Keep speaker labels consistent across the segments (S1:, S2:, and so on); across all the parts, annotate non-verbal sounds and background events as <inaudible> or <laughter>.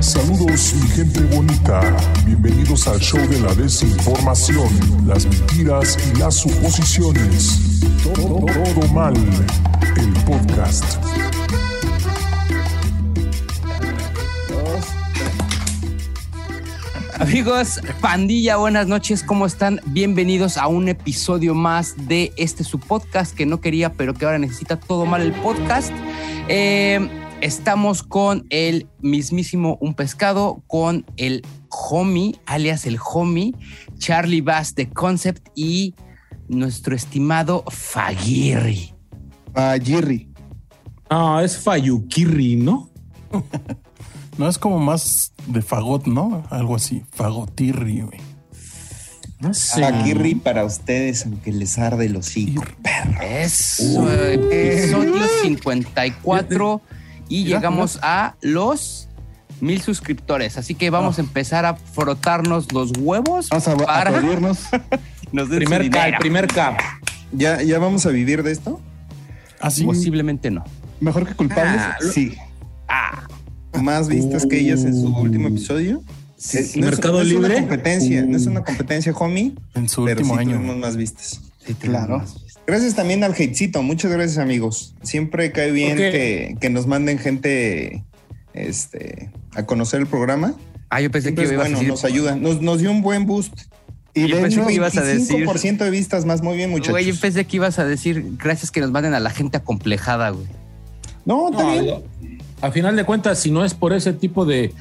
S1: Saludos mi gente bonita, bienvenidos al show de la desinformación, las mentiras y las suposiciones. Todo, todo mal, el podcast.
S2: Amigos, pandilla, buenas noches, ¿cómo están? Bienvenidos a un episodio más de este su podcast que no quería, pero que ahora necesita todo mal el podcast. Eh, estamos con el mismísimo Un Pescado, con el homie, alias el homie, Charlie Bass de Concept y nuestro estimado Fagirri.
S3: Fagirri.
S4: Ah, es Fayukirri, ¿no?
S3: No es como más de fagot, ¿no? Algo así. Fagotirri, güey.
S4: No sé.
S5: Paquirri para ustedes, aunque les arde el hocico. Perro.
S2: Eso, episodio 54 y
S3: Mira,
S2: llegamos a los mil suscriptores. Así que vamos a empezar a frotarnos los huevos
S5: Ah. Vamos a a
S2: para
S5: aplaudirnos. Nos den su
S4: Primer
S5: dinero.
S4: cap, primer cap.
S5: ¿Ya, ¿Ya vamos a vivir de esto?
S3: Así.
S2: posiblemente no.
S5: ¿Mejor que culpables?
S4: Ah, lo-
S5: sí. Más vistas que ellas en su último episodio.
S2: Sí,
S5: Eh,
S2: sí,
S5: no es-
S4: Mercado
S5: no es una
S4: Libre.
S5: competencia, no es una competencia, homie.
S3: En su
S5: pero
S3: último
S5: sí
S3: año.
S5: tuvimos más vistas.
S3: claro.
S5: Gracias también al hatecito. Muchas gracias, amigos. Siempre cae bien
S4: Ok.
S5: que, que nos manden gente este, a conocer el programa.
S2: Ah, yo pensé que
S5: Siempre
S2: ibas
S5: es
S2: a
S5: pues, bueno,
S2: decir.
S5: nos ayuda. Nos, nos dio un buen boost. Y
S2: Yo
S5: de
S2: pensé
S5: hecho,
S2: que ibas a decir-
S5: 25% de vistas más. Muy bien, muchachos.
S2: Güey, yo pensé que ibas a decir gracias que nos manden a la gente acomplejada, güey.
S5: No,
S4: No,
S5: también.
S4: yo- a final de cuentas, si no es por ese tipo de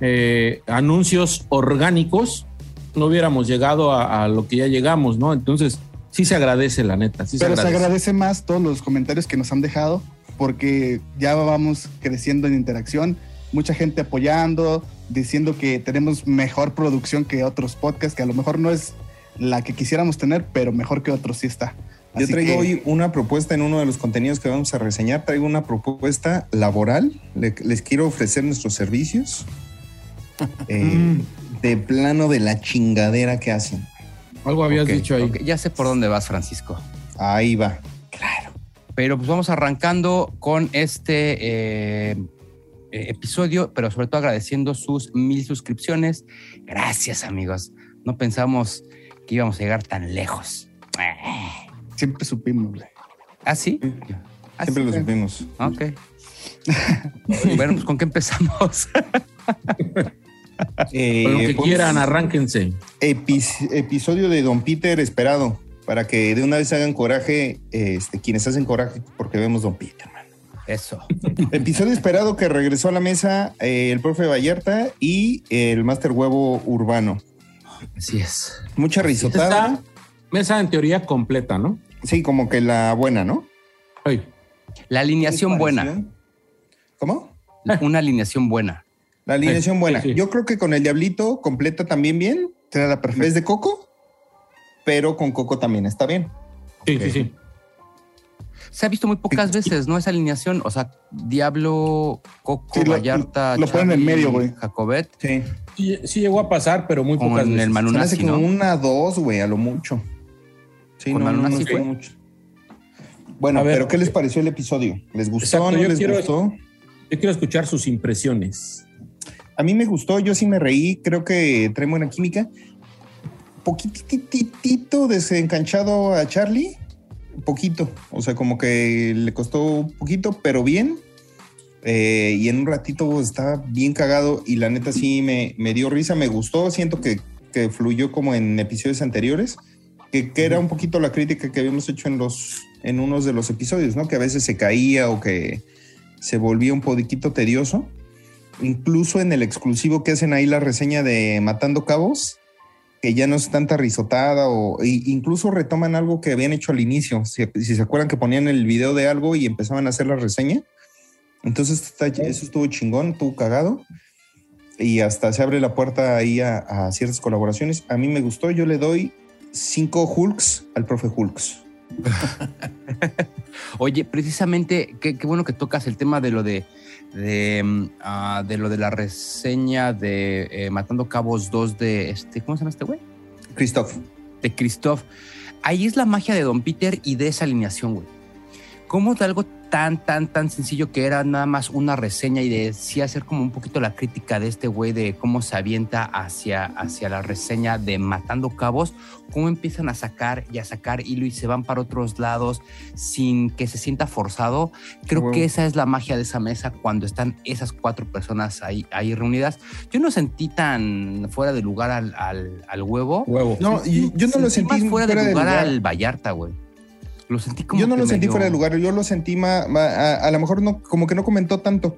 S4: eh, anuncios orgánicos, no hubiéramos llegado a, a lo que ya llegamos, ¿no? Entonces, sí se agradece, la neta. Sí
S6: Pero
S4: se
S6: se
S4: agradece.
S6: agradece más todos los comentarios que nos han dejado porque ya vamos creciendo en interacción, mucha gente apoyando, diciendo que tenemos mejor producción que otros podcasts, que a lo mejor no es la que quisiéramos tener, pero mejor que otros sí está.
S5: Yo
S6: Así
S5: traigo
S6: que,
S5: hoy una propuesta en uno de los contenidos que vamos a reseñar. Traigo una propuesta laboral. Le- les quiero ofrecer
S4: <laughs>
S5: nuestros servicios eh,
S4: Mm.
S5: de plano de la chingadera que hacen.
S4: Algo habías
S5: Ok,
S4: dicho ahí.
S2: Ok, ya sé por dónde vas, Francisco.
S5: Ahí va.
S2: Pero pues vamos arrancando con este eh, eh, episodio, pero sobre todo agradeciendo sus mil suscripciones. Gracias, amigos. No pensamos que íbamos a llegar tan lejos. Eh,
S6: siempre supimos, güey.
S2: ¿Ah, sí? ¿Ah,
S5: Siempre
S2: sí?
S5: lo supimos.
S2: Ok. <laughs> bueno, pues con qué empezamos.
S5: Eh,
S4: Con lo que
S5: pues,
S4: quieran, arránquense.
S5: epi- episodio de Don Peter esperado para que de una vez hagan coraje este, quienes hacen coraje porque vemos Don Peter.
S4: <laughs>
S5: man.
S2: Eso.
S5: Episodio esperado que regresó a la mesa eh, el profe Vallarta y el máster huevo urbano.
S2: Así es.
S5: Mucha risotada.
S4: Esta mesa en teoría completa, ¿no?
S5: Sí, como que la buena, ¿no?
S4: Ay,
S2: La alineación buena.
S5: Alineación. ¿Cómo?
S2: Una alineación buena.
S5: La alineación
S4: Sí,
S5: buena.
S4: sí.
S5: Yo creo que con el Diablito completa también bien.
S6: Será la
S5: En
S6: perfecta.
S5: vez de Coco, pero con Coco también está bien.
S4: sí,
S5: Ok.
S4: sí, sí.
S2: Se ha visto muy pocas veces, ¿no? Esa alineación. O sea, Diablo, Coco,
S6: Sí, lo-
S2: Vallarta,
S6: lo ponen en
S2: Xavi,
S6: medio, güey.
S2: Jacobet.
S5: Sí.
S4: Sí, sí llegó a pasar, pero muy
S2: Como
S4: pocas
S2: en el
S4: veces.
S2: Manu-
S5: Se me hace
S2: Malunazzi,
S5: como
S2: ¿no?
S5: una, dos, güey, a lo mucho. Sí,
S2: Con
S5: no, no,
S2: Malunazzi
S5: no
S2: fue.
S5: fue mucho. Bueno,
S4: A ver.
S5: pero ¿qué les pareció el episodio? ¿Les gustó?
S4: Exacto,
S5: ¿No
S4: yo
S5: les
S4: quiero-
S5: gustó?
S4: Yo quiero escuchar sus impresiones.
S5: A mí me gustó, yo sí me reí, creo que trae buena química. Poquititito desencanchado a Charlie, poquito, o sea, como que le costó un poquito, pero bien. Eh, y en un ratito estaba bien cagado y la neta sí me, me dio risa, me gustó, siento que, que fluyó como en episodios anteriores, que, que era un poquito la crítica que habíamos hecho en, los, en unos de los episodios, ¿no? Que a veces se caía o que se volvía un poquito tedioso incluso en el exclusivo que hacen ahí la reseña de Matando Cabos, que ya no es tanta risotada o e incluso retoman algo que habían hecho al inicio. Si, si se acuerdan que ponían el video de algo y empezaban a hacer la reseña. Entonces está- eso estuvo chingón, estuvo cagado. Y hasta se abre la puerta ahí a, a ciertas colaboraciones. A mí me gustó, yo le doy cinco Hulks al profe Hulks.
S2: Oye, precisamente, qué, qué bueno que tocas el tema de lo de, de, mm, ah, de lo de la reseña de eh, Matando Cabos 2 de este, ¿cómo se llama este güey?
S5: Christoph.
S2: De Christoph. Ahí es la magia de Don Peter y de esa alineación, güey. ¿Cómo de algo tan, tan, tan sencillo que era nada más una reseña y decía hacer como un poquito la crítica de este güey de cómo se avienta hacia, hacia la reseña de Matando Cabos, cómo empiezan a sacar y a sacar hilo y se van para otros lados sin que se sienta forzado. Creo
S5: Wow.
S2: que esa es la magia de esa mesa cuando están esas cuatro personas ahí, ahí reunidas. Yo no sentí tan fuera de lugar al, al- al huevo.
S5: Huevo. No, y- yo no lo
S2: Sentí
S5: sentí
S2: más fuera, de, lugar al Vallarta, güey. Lo sentí como
S5: Yo no
S2: que
S5: lo sentí
S2: medio-
S5: fuera de lugar, yo lo sentí más, a, a lo mejor no, como que no comentó tanto.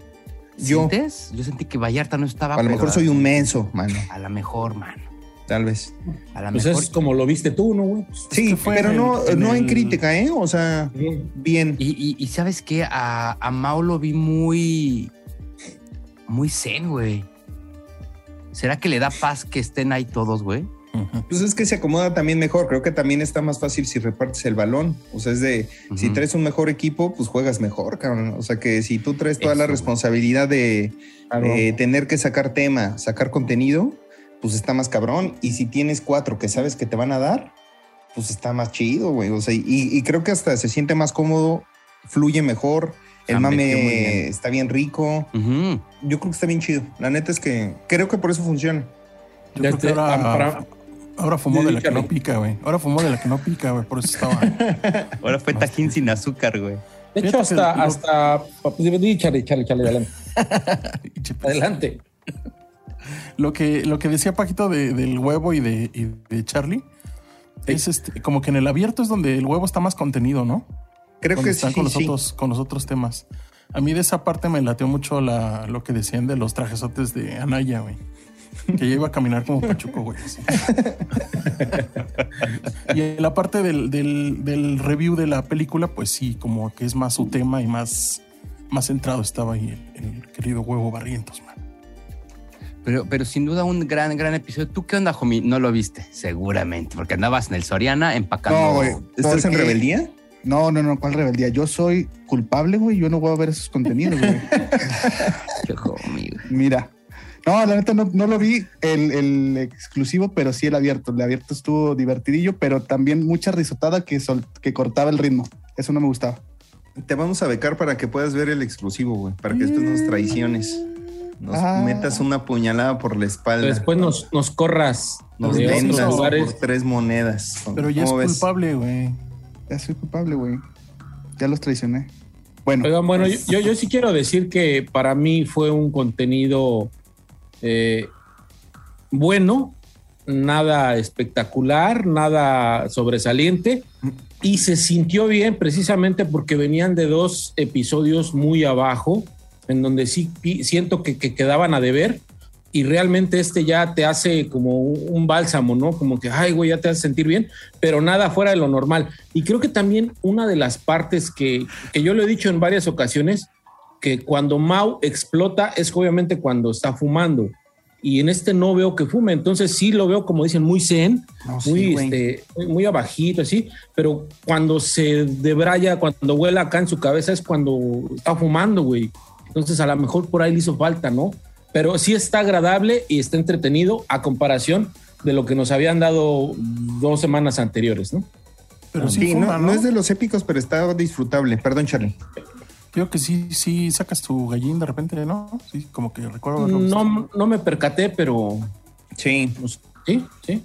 S5: Yo,
S2: ¿Sientes? Yo sentí que Vallarta no estaba.
S5: a lo
S2: pero
S5: mejor soy un menso, mano,
S2: A lo mejor, mano.
S5: tal vez.
S2: A lo
S4: Pues
S2: mejor.
S4: es como lo viste tú, ¿no, pues, güey?
S5: Sí,
S3: que fue
S5: pero
S3: en
S5: no,
S3: el-
S5: no Pues en
S3: el-
S5: crítica, ¿eh? O sea, bien.
S2: Y, y- y sabes qué? A, a Mao lo vi muy. Muy zen, güey. ¿Será que le da paz que estén ahí todos, güey?
S3: Ujú.
S5: Pues es que se acomoda también mejor. Creo que también está más fácil si repartes el balón. O sea, es de si
S2: Ujú.
S5: traes un mejor equipo, pues juegas mejor, cabrón. O sea, que si tú traes toda
S2: Eso,
S5: la
S2: güey.
S5: responsabilidad de
S4: Claro.
S5: eh, tener que sacar tema, sacar contenido, pues está más cabrón. Y si tienes cuatro que sabes que te van a dar, pues está más chido, güey. O sea, y, y creo que hasta se siente más cómodo, fluye mejor. El
S2: Ah, me quedó muy bien.
S5: mame está bien rico.
S2: Ujú.
S5: Yo creo que está bien chido. La neta es que creo que por eso funciona.
S3: Yo
S4: Ya
S3: creo que
S4: te-
S3: ahora,
S4: ah, para-
S3: ahora fumó de la que
S4: Dedícame.
S3: no pica, güey. Ahora fumó de la que no pica, güey. Por eso estaba. <laughs>
S2: Ahora fue tajín sin azúcar, güey.
S4: De
S3: Fíjate
S4: hecho, hasta,
S3: que lo-
S4: hasta, pues, di, chale, chale, chale, adelante. Adelante.
S3: Lo que, lo que decía Paquito de- del huevo y de, y de Charlie es este, como que en el abierto es donde el huevo está más contenido, ¿no?
S5: Creo
S3: Donde
S5: que
S3: están
S5: sí.
S3: con, los
S5: sí.
S3: Otros, con los otros temas. A mí de esa parte me lateó mucho la, lo que decían de los trajesotes de Anaya, güey. Que ella iba a caminar como pachuco, güey. así. <laughs> y en la parte del, del- del review de la película, pues sí, como que es más su tema y más, más centrado estaba ahí el, el querido huevo barrientos, man.
S2: Pero, pero sin duda un gran, gran episodio. ¿Tú qué onda, homie? No lo viste, seguramente, porque andabas en el Soriana empacando.
S6: No, güey.
S5: ¿Estás en
S6: Porque-
S5: rebeldía?
S6: No, no, no, ¿cuál rebeldía? Yo soy culpable, güey. Yo no voy a ver esos contenidos, güey.
S2: Qué homie, güey.
S6: Mira. No, la neta no, no lo vi el, el exclusivo, pero sí el abierto. El abierto estuvo divertidillo, pero también mucha risotada que, sol- que cortaba el ritmo. Eso no me gustaba.
S5: Te vamos a becar para que puedas ver el exclusivo, güey. Para que después nos traiciones. Nos
S6: Ah.
S5: metas una puñalada por la espalda.
S2: Pues
S4: Después nos, nos corras
S5: nos
S4: de otros
S5: vendas por
S4: lugares.
S5: tres monedas.
S3: Pero ya es
S5: ¿Cómo ves?
S3: culpable, güey.
S6: Ya soy culpable, güey. Ya los traicioné. Bueno,
S4: Oigan, bueno, yo, yo- yo sí quiero decir que para mí fue un contenido eh, bueno, nada espectacular, nada sobresaliente y se sintió bien precisamente porque venían de dos episodios muy abajo en donde sí pi- siento que, que quedaban a deber y realmente este ya te hace como un un bálsamo, ¿no? Como que, ay, güey, ya te hace sentir bien, pero nada fuera de lo normal. Y creo que también una de las partes que, que yo lo he dicho en varias ocasiones, que cuando Mau explota es obviamente cuando está fumando. Y en este no veo que fume, entonces sí lo veo como dicen muy zen,
S5: No, sí,
S4: muy,
S5: güey.
S4: este, muy- muy abajito, así, pero cuando se debraya, cuando huela acá en su cabeza es cuando está fumando, güey. Entonces a lo mejor por ahí le hizo falta, ¿no? Pero sí está agradable y está entretenido a comparación de lo que nos habían dado dos semanas anteriores, ¿no?
S3: Pero sí,
S5: Sí, no,
S3: fuma,
S5: no
S3: ¿no?
S5: es de los épicos, pero está disfrutable. Perdón, Charlie.
S3: Creo que sí, sí sacas tu gallín de repente, ¿no? Sí, como que recuerdo. haberlo visto.
S4: No, no me percaté, pero
S5: Sí.
S4: pues, sí, sí.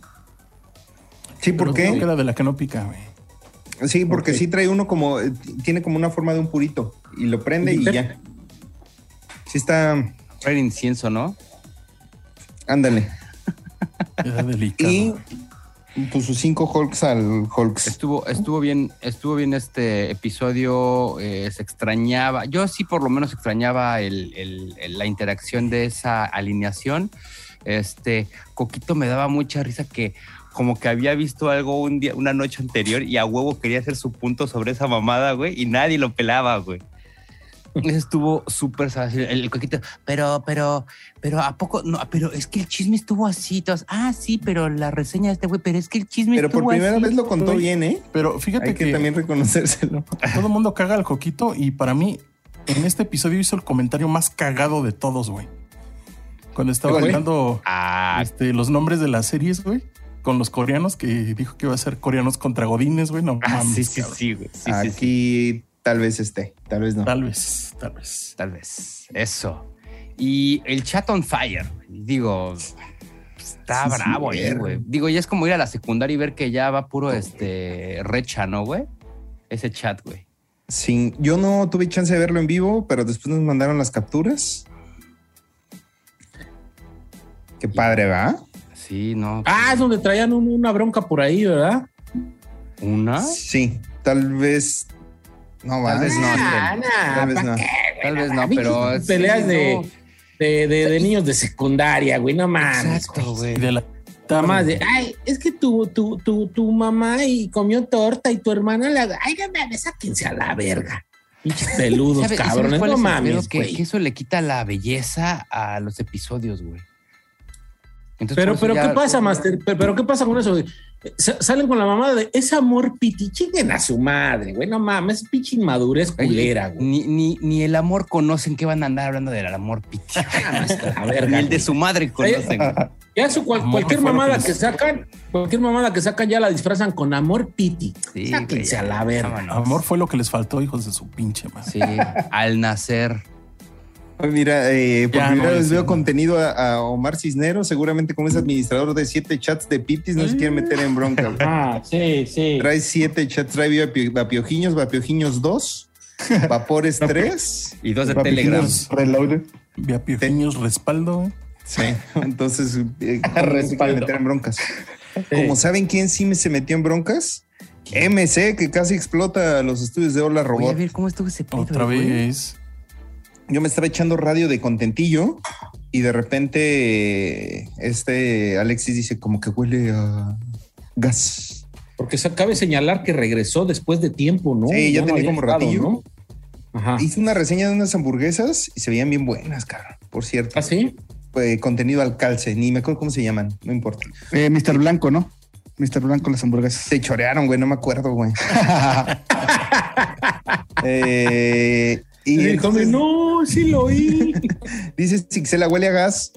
S5: Sí,
S3: Pero
S5: ¿por
S3: creo que
S5: qué?
S3: era de la que no pica, güey.
S5: Sí, porque
S4: Ok.
S5: sí trae uno como, eh, tiene como una forma de un purito y lo prende y
S4: Ujú.
S5: ya. Sí está,
S2: Traer incienso, ¿no?
S5: ándale.
S3: <laughs> Era delicado.
S5: Y pues sus cinco Hulks al Hulks.
S2: Estuvo, estuvo bien, estuvo bien este episodio, eh, se extrañaba, yo sí por lo menos extrañaba el- el- el- la interacción de esa alineación. Este, Coquito me daba mucha risa que como que había visto algo un día, una noche anterior y a huevo quería hacer su punto sobre esa mamada, güey, y nadie lo pelaba, güey. Eso estuvo súper fácil. El coquito, pero, pero, pero, ¿a poco? No, Ah, pero es que el chisme estuvo así. todos, ah, sí, pero la reseña de este güey, pero es que el chisme
S5: Pero
S2: estuvo
S5: por primera
S2: así".
S5: vez lo contó
S3: Uy.
S5: bien, ¿eh?
S3: Pero fíjate
S5: Hay
S3: que,
S5: que también reconocérselo.
S3: todo el mundo caga al coquito y para mí en este episodio hizo el comentario más cagado de todos, güey. Cuando estaba
S5: eh?
S4: ¿Qué fue?
S3: hablando
S2: Ah,
S3: este, los nombres de las series, güey, con los coreanos que dijo que iba a ser coreanos contra godines, güey, no
S2: Ah,
S3: mames.
S2: sí, sí,
S3: cabrón.
S2: sí, güey. Sí, sí, sí.
S5: Aquí Tal vez esté, tal vez no.
S3: Tal vez, tal vez.
S2: Tal vez. Eso. Y el chat on fire. Digo, está
S5: Sí, sí,
S2: bravo ahí,
S5: ver.
S2: güey. Digo, ya es como ir a la secundaria y ver que ya va puro este recha, ¿no, güey? Ese chat, güey.
S5: Sin, yo no tuve chance de verlo en vivo, pero después nos mandaron las capturas. Qué padre, ¿va?
S2: Sí, no.
S4: Ah, es donde traían un- una bronca por ahí, ¿verdad?
S3: ¿Ah?
S2: ¿Una?
S5: Sí, tal vez. No, va.
S2: Tal vez Pues Ah, no.
S4: Ah,
S2: Estel.
S5: Tal vez no.
S2: Tal vez no, pero. sí,
S4: Peleas de,
S2: no.
S4: de, de- de niños de secundaria, güey, no mames.
S2: Exacto,
S4: güey.
S2: güey.
S3: Y de la
S4: Nada más de, ay, es que tu, tu, tu, tu mamá y comió torta y tu hermana la. Ay, no mames, sáquense a la verga. Pinches peludos,
S2: ¿Sabes-
S4: cabrones,
S2: sabes cuál es
S4: no
S2: el pedo?
S4: mames,
S2: que,
S4: güey.
S2: que eso le quita la belleza a los episodios, güey. Entonces, por
S4: Pero,
S2: eso
S4: pero,
S2: ya-
S4: ¿qué pasa, Master? Pero, pero ¿qué pasa con eso? güey? Sa- Salen con la mamada de es amor piti, chinguen a su madre, güey. No mames, pinche inmadurez
S2: Oye,
S4: culera,
S5: <laughs>
S4: güey.
S2: Ni, ni, ni el amor conocen que van a andar hablando del amor piti.
S4: A
S2: <laughs> Ni
S4: verga,
S2: el de su madre conocen. <laughs> güey.
S4: Ya su cual-
S3: Amor
S4: cualquier
S3: fue lo
S4: mamada
S3: que
S4: que
S3: nos-
S4: sacan, cualquier mamada que sacan ya la disfrazan con amor piti.
S2: Sí, güey,
S4: Sáquense
S2: ya,
S4: a la verga.
S2: vámonos.
S3: Amor fue lo que les faltó, hijos de su pinche madre.
S2: Sí, al nacer.
S5: Mira, eh, por
S3: Ya,
S5: primera
S3: no,
S5: vez
S3: sí,
S5: veo
S3: no.
S5: contenido a, a Omar Cisneros. Seguramente, como es administrador de siete chats de Pitis, no se quiere meter en bronca.
S3: Mm.
S5: güey.
S4: Ah, sí, sí.
S5: <laughs> Trae siete chats, trae viva Pio- Vapiojiños, Vapiojiños
S3: <laughs>
S5: 2, Vapores 3.
S2: Y dos de
S6: Papi,
S2: Telegram.
S6: Kinder Reloaded.
S3: Vía Piojiños, respaldo. ¿eh?
S5: Sí, <laughs> entonces eh, ¿cómo no se quiere
S6: Respaldo.
S5: meter en broncas. Como saben quién sí me se metió en broncas, MC, que casi explota los estudios de
S2: Voy
S5: Hola
S2: a
S5: Robot.
S2: ver cómo estuvo ese pedo.
S3: Otra
S2: güey.
S3: vez.
S5: yo me estaba echando radio de contentillo y de repente eh, este Alexis dice como que huele a gas.
S4: Porque se- cabe señalar que regresó después de tiempo, ¿no?
S5: Sí, ya
S4: no
S5: tenía
S4: había
S5: como
S4: estado,
S5: ratillo.
S4: ¿no? Ajá.
S5: Hice una reseña de unas hamburguesas y se veían bien buenas, cara. Por cierto,
S4: ¿Ah, sí?
S5: Fue contenido al calce, ni me acuerdo cómo se llaman, no importa.
S6: Eh, Mr. Blanco, ¿no? Mr. Blanco, las hamburguesas.
S5: Se chorearon, güey, no me acuerdo, güey. Eh, y
S4: Y
S5: entonces
S4: no, sí lo
S5: <laughs>
S4: oí.
S5: dice Sixela huele a gas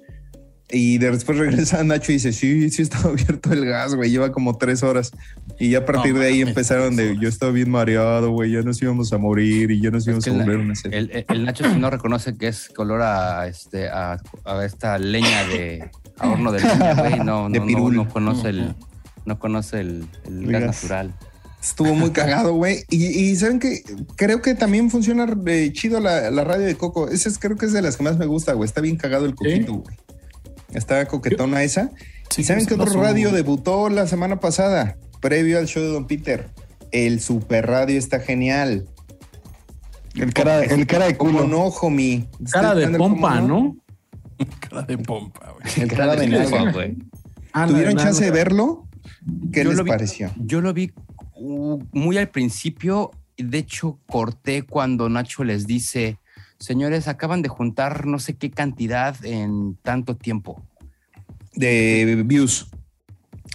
S5: y de- después regresa <laughs> Nacho y dice sí, sí estaba abierto el gas, güey, lleva como tres horas y ya a partir
S3: No
S5: de ahí
S3: mames,
S5: empezaron
S3: tres
S5: de
S3: horas.
S5: yo estaba bien mareado, güey, ya nos íbamos a morir y ya nos íbamos
S2: que
S5: a
S2: la-
S5: volver a nacer.
S2: El, el- el Nacho si no reconoce que es color a este a, a esta leña de a horno de leña, güey. No, no,
S5: De
S2: no-
S5: pirul.
S2: no conoce el no conoce el, el gas
S6: Gas.
S2: natural.
S5: Estuvo muy cagado, güey. Y, y saben que creo que también funciona eh, chido la, la radio de Coco. Esa es, creo que es de las que más me gusta, güey. Está bien cagado el coquito, güey. Está coquetona esa.
S3: Sí,
S5: ¿Y saben
S3: es
S5: qué otro
S3: más un-
S5: radio debutó la semana pasada? Previo al show de Don Peter. El super radio está genial.
S6: El cara, el cara de
S5: Como
S6: culo.
S5: no, homie.
S4: Cara
S5: Estoy
S4: de
S5: buscando el cómo
S4: pompa, ¿no?
S3: Cara de pompa, güey.
S5: El cara de nalga.
S2: güey.
S4: Ah,
S5: ¿Tuvieron
S4: no,
S5: chance de
S4: no.
S5: verlo? ¿Qué
S2: Yo
S5: les
S2: lo vi-
S5: pareció?
S2: Yo lo vi uh, muy al principio. y De hecho, corté cuando Nacho les dice, señores, acaban de juntar no sé qué cantidad en tanto tiempo.
S5: De views.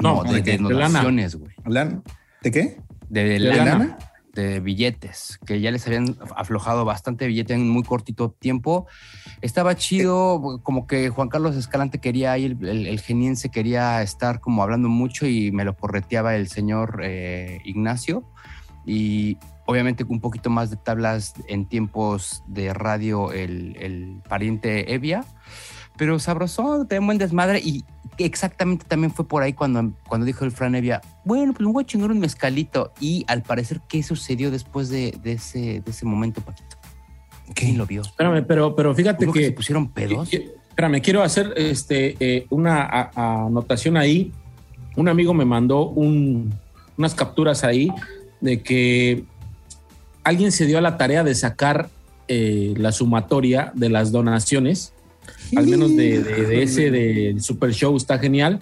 S4: No,
S2: de,
S4: de-
S2: de
S4: de lana.
S2: donaciones, güey.
S5: ¿Alan? ¿De qué?
S2: De, lana, de billetes, que ya les habían aflojado bastante billete en muy cortito tiempo. Estaba chido, como que Juan Carlos Escalante quería ir, el, el geniense quería estar como hablando mucho y me lo correteaba el señor eh, Ignacio. Y obviamente con un poquito más de tablas en tiempos de radio el, el pariente Evia. Pero sabroso, tenía un buen desmadre y exactamente también fue por ahí cuando, cuando dijo el Fran Evia, bueno, pues me voy a chingar un mezcalito. Y al parecer, ¿qué sucedió después de, de ese, de ese momento, Paquito? ¿Quién lo vio?
S4: Espérame, pero, pero fíjate
S2: ¿Hubo que se
S4: que.
S2: pusieron pedos?
S4: que- Espérame, quiero hacer este, eh, una a- a- anotación ahí. Un amigo me mandó un- unas capturas ahí de que alguien se dio a la tarea de sacar eh, la sumatoria de las donaciones, al menos de, de- de ese del Super Show, está genial.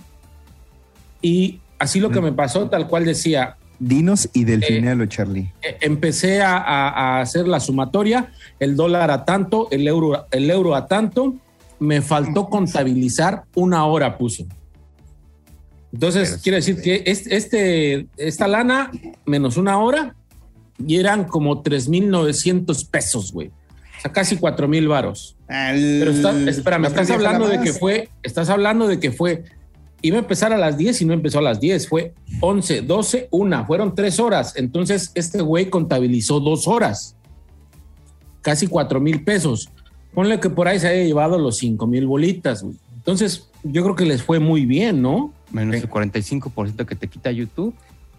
S4: Y así lo que me pasó, tal cual decía,
S5: Dinos y del
S4: Eh,
S5: final, Charlie.
S4: eh, empecé a, a- a hacer la sumatoria, el dólar a tanto, el euro, el euro a tanto, me faltó contabilizar una hora puso. Entonces,
S2: Pero sí,
S4: quiere decir que es- este, esta lana menos una hora y eran como 3,900 pesos, güey. O sea, casi 4,000 varos. Pero está,
S5: Mm,
S4: espérame, estás hablando de que fue, estás hablando de que fue, iba a empezar a las 10 y no empezó a las 10, fue 11, 12, 1, fueron 3 horas. Entonces, este güey contabilizó 2 horas. casi cuatro mil pesos. Ponle que por ahí se haya llevado los cinco mil bolitas, güey. Entonces, yo creo que les fue muy bien, ¿no?
S2: Menos el 45% que te quita YouTube.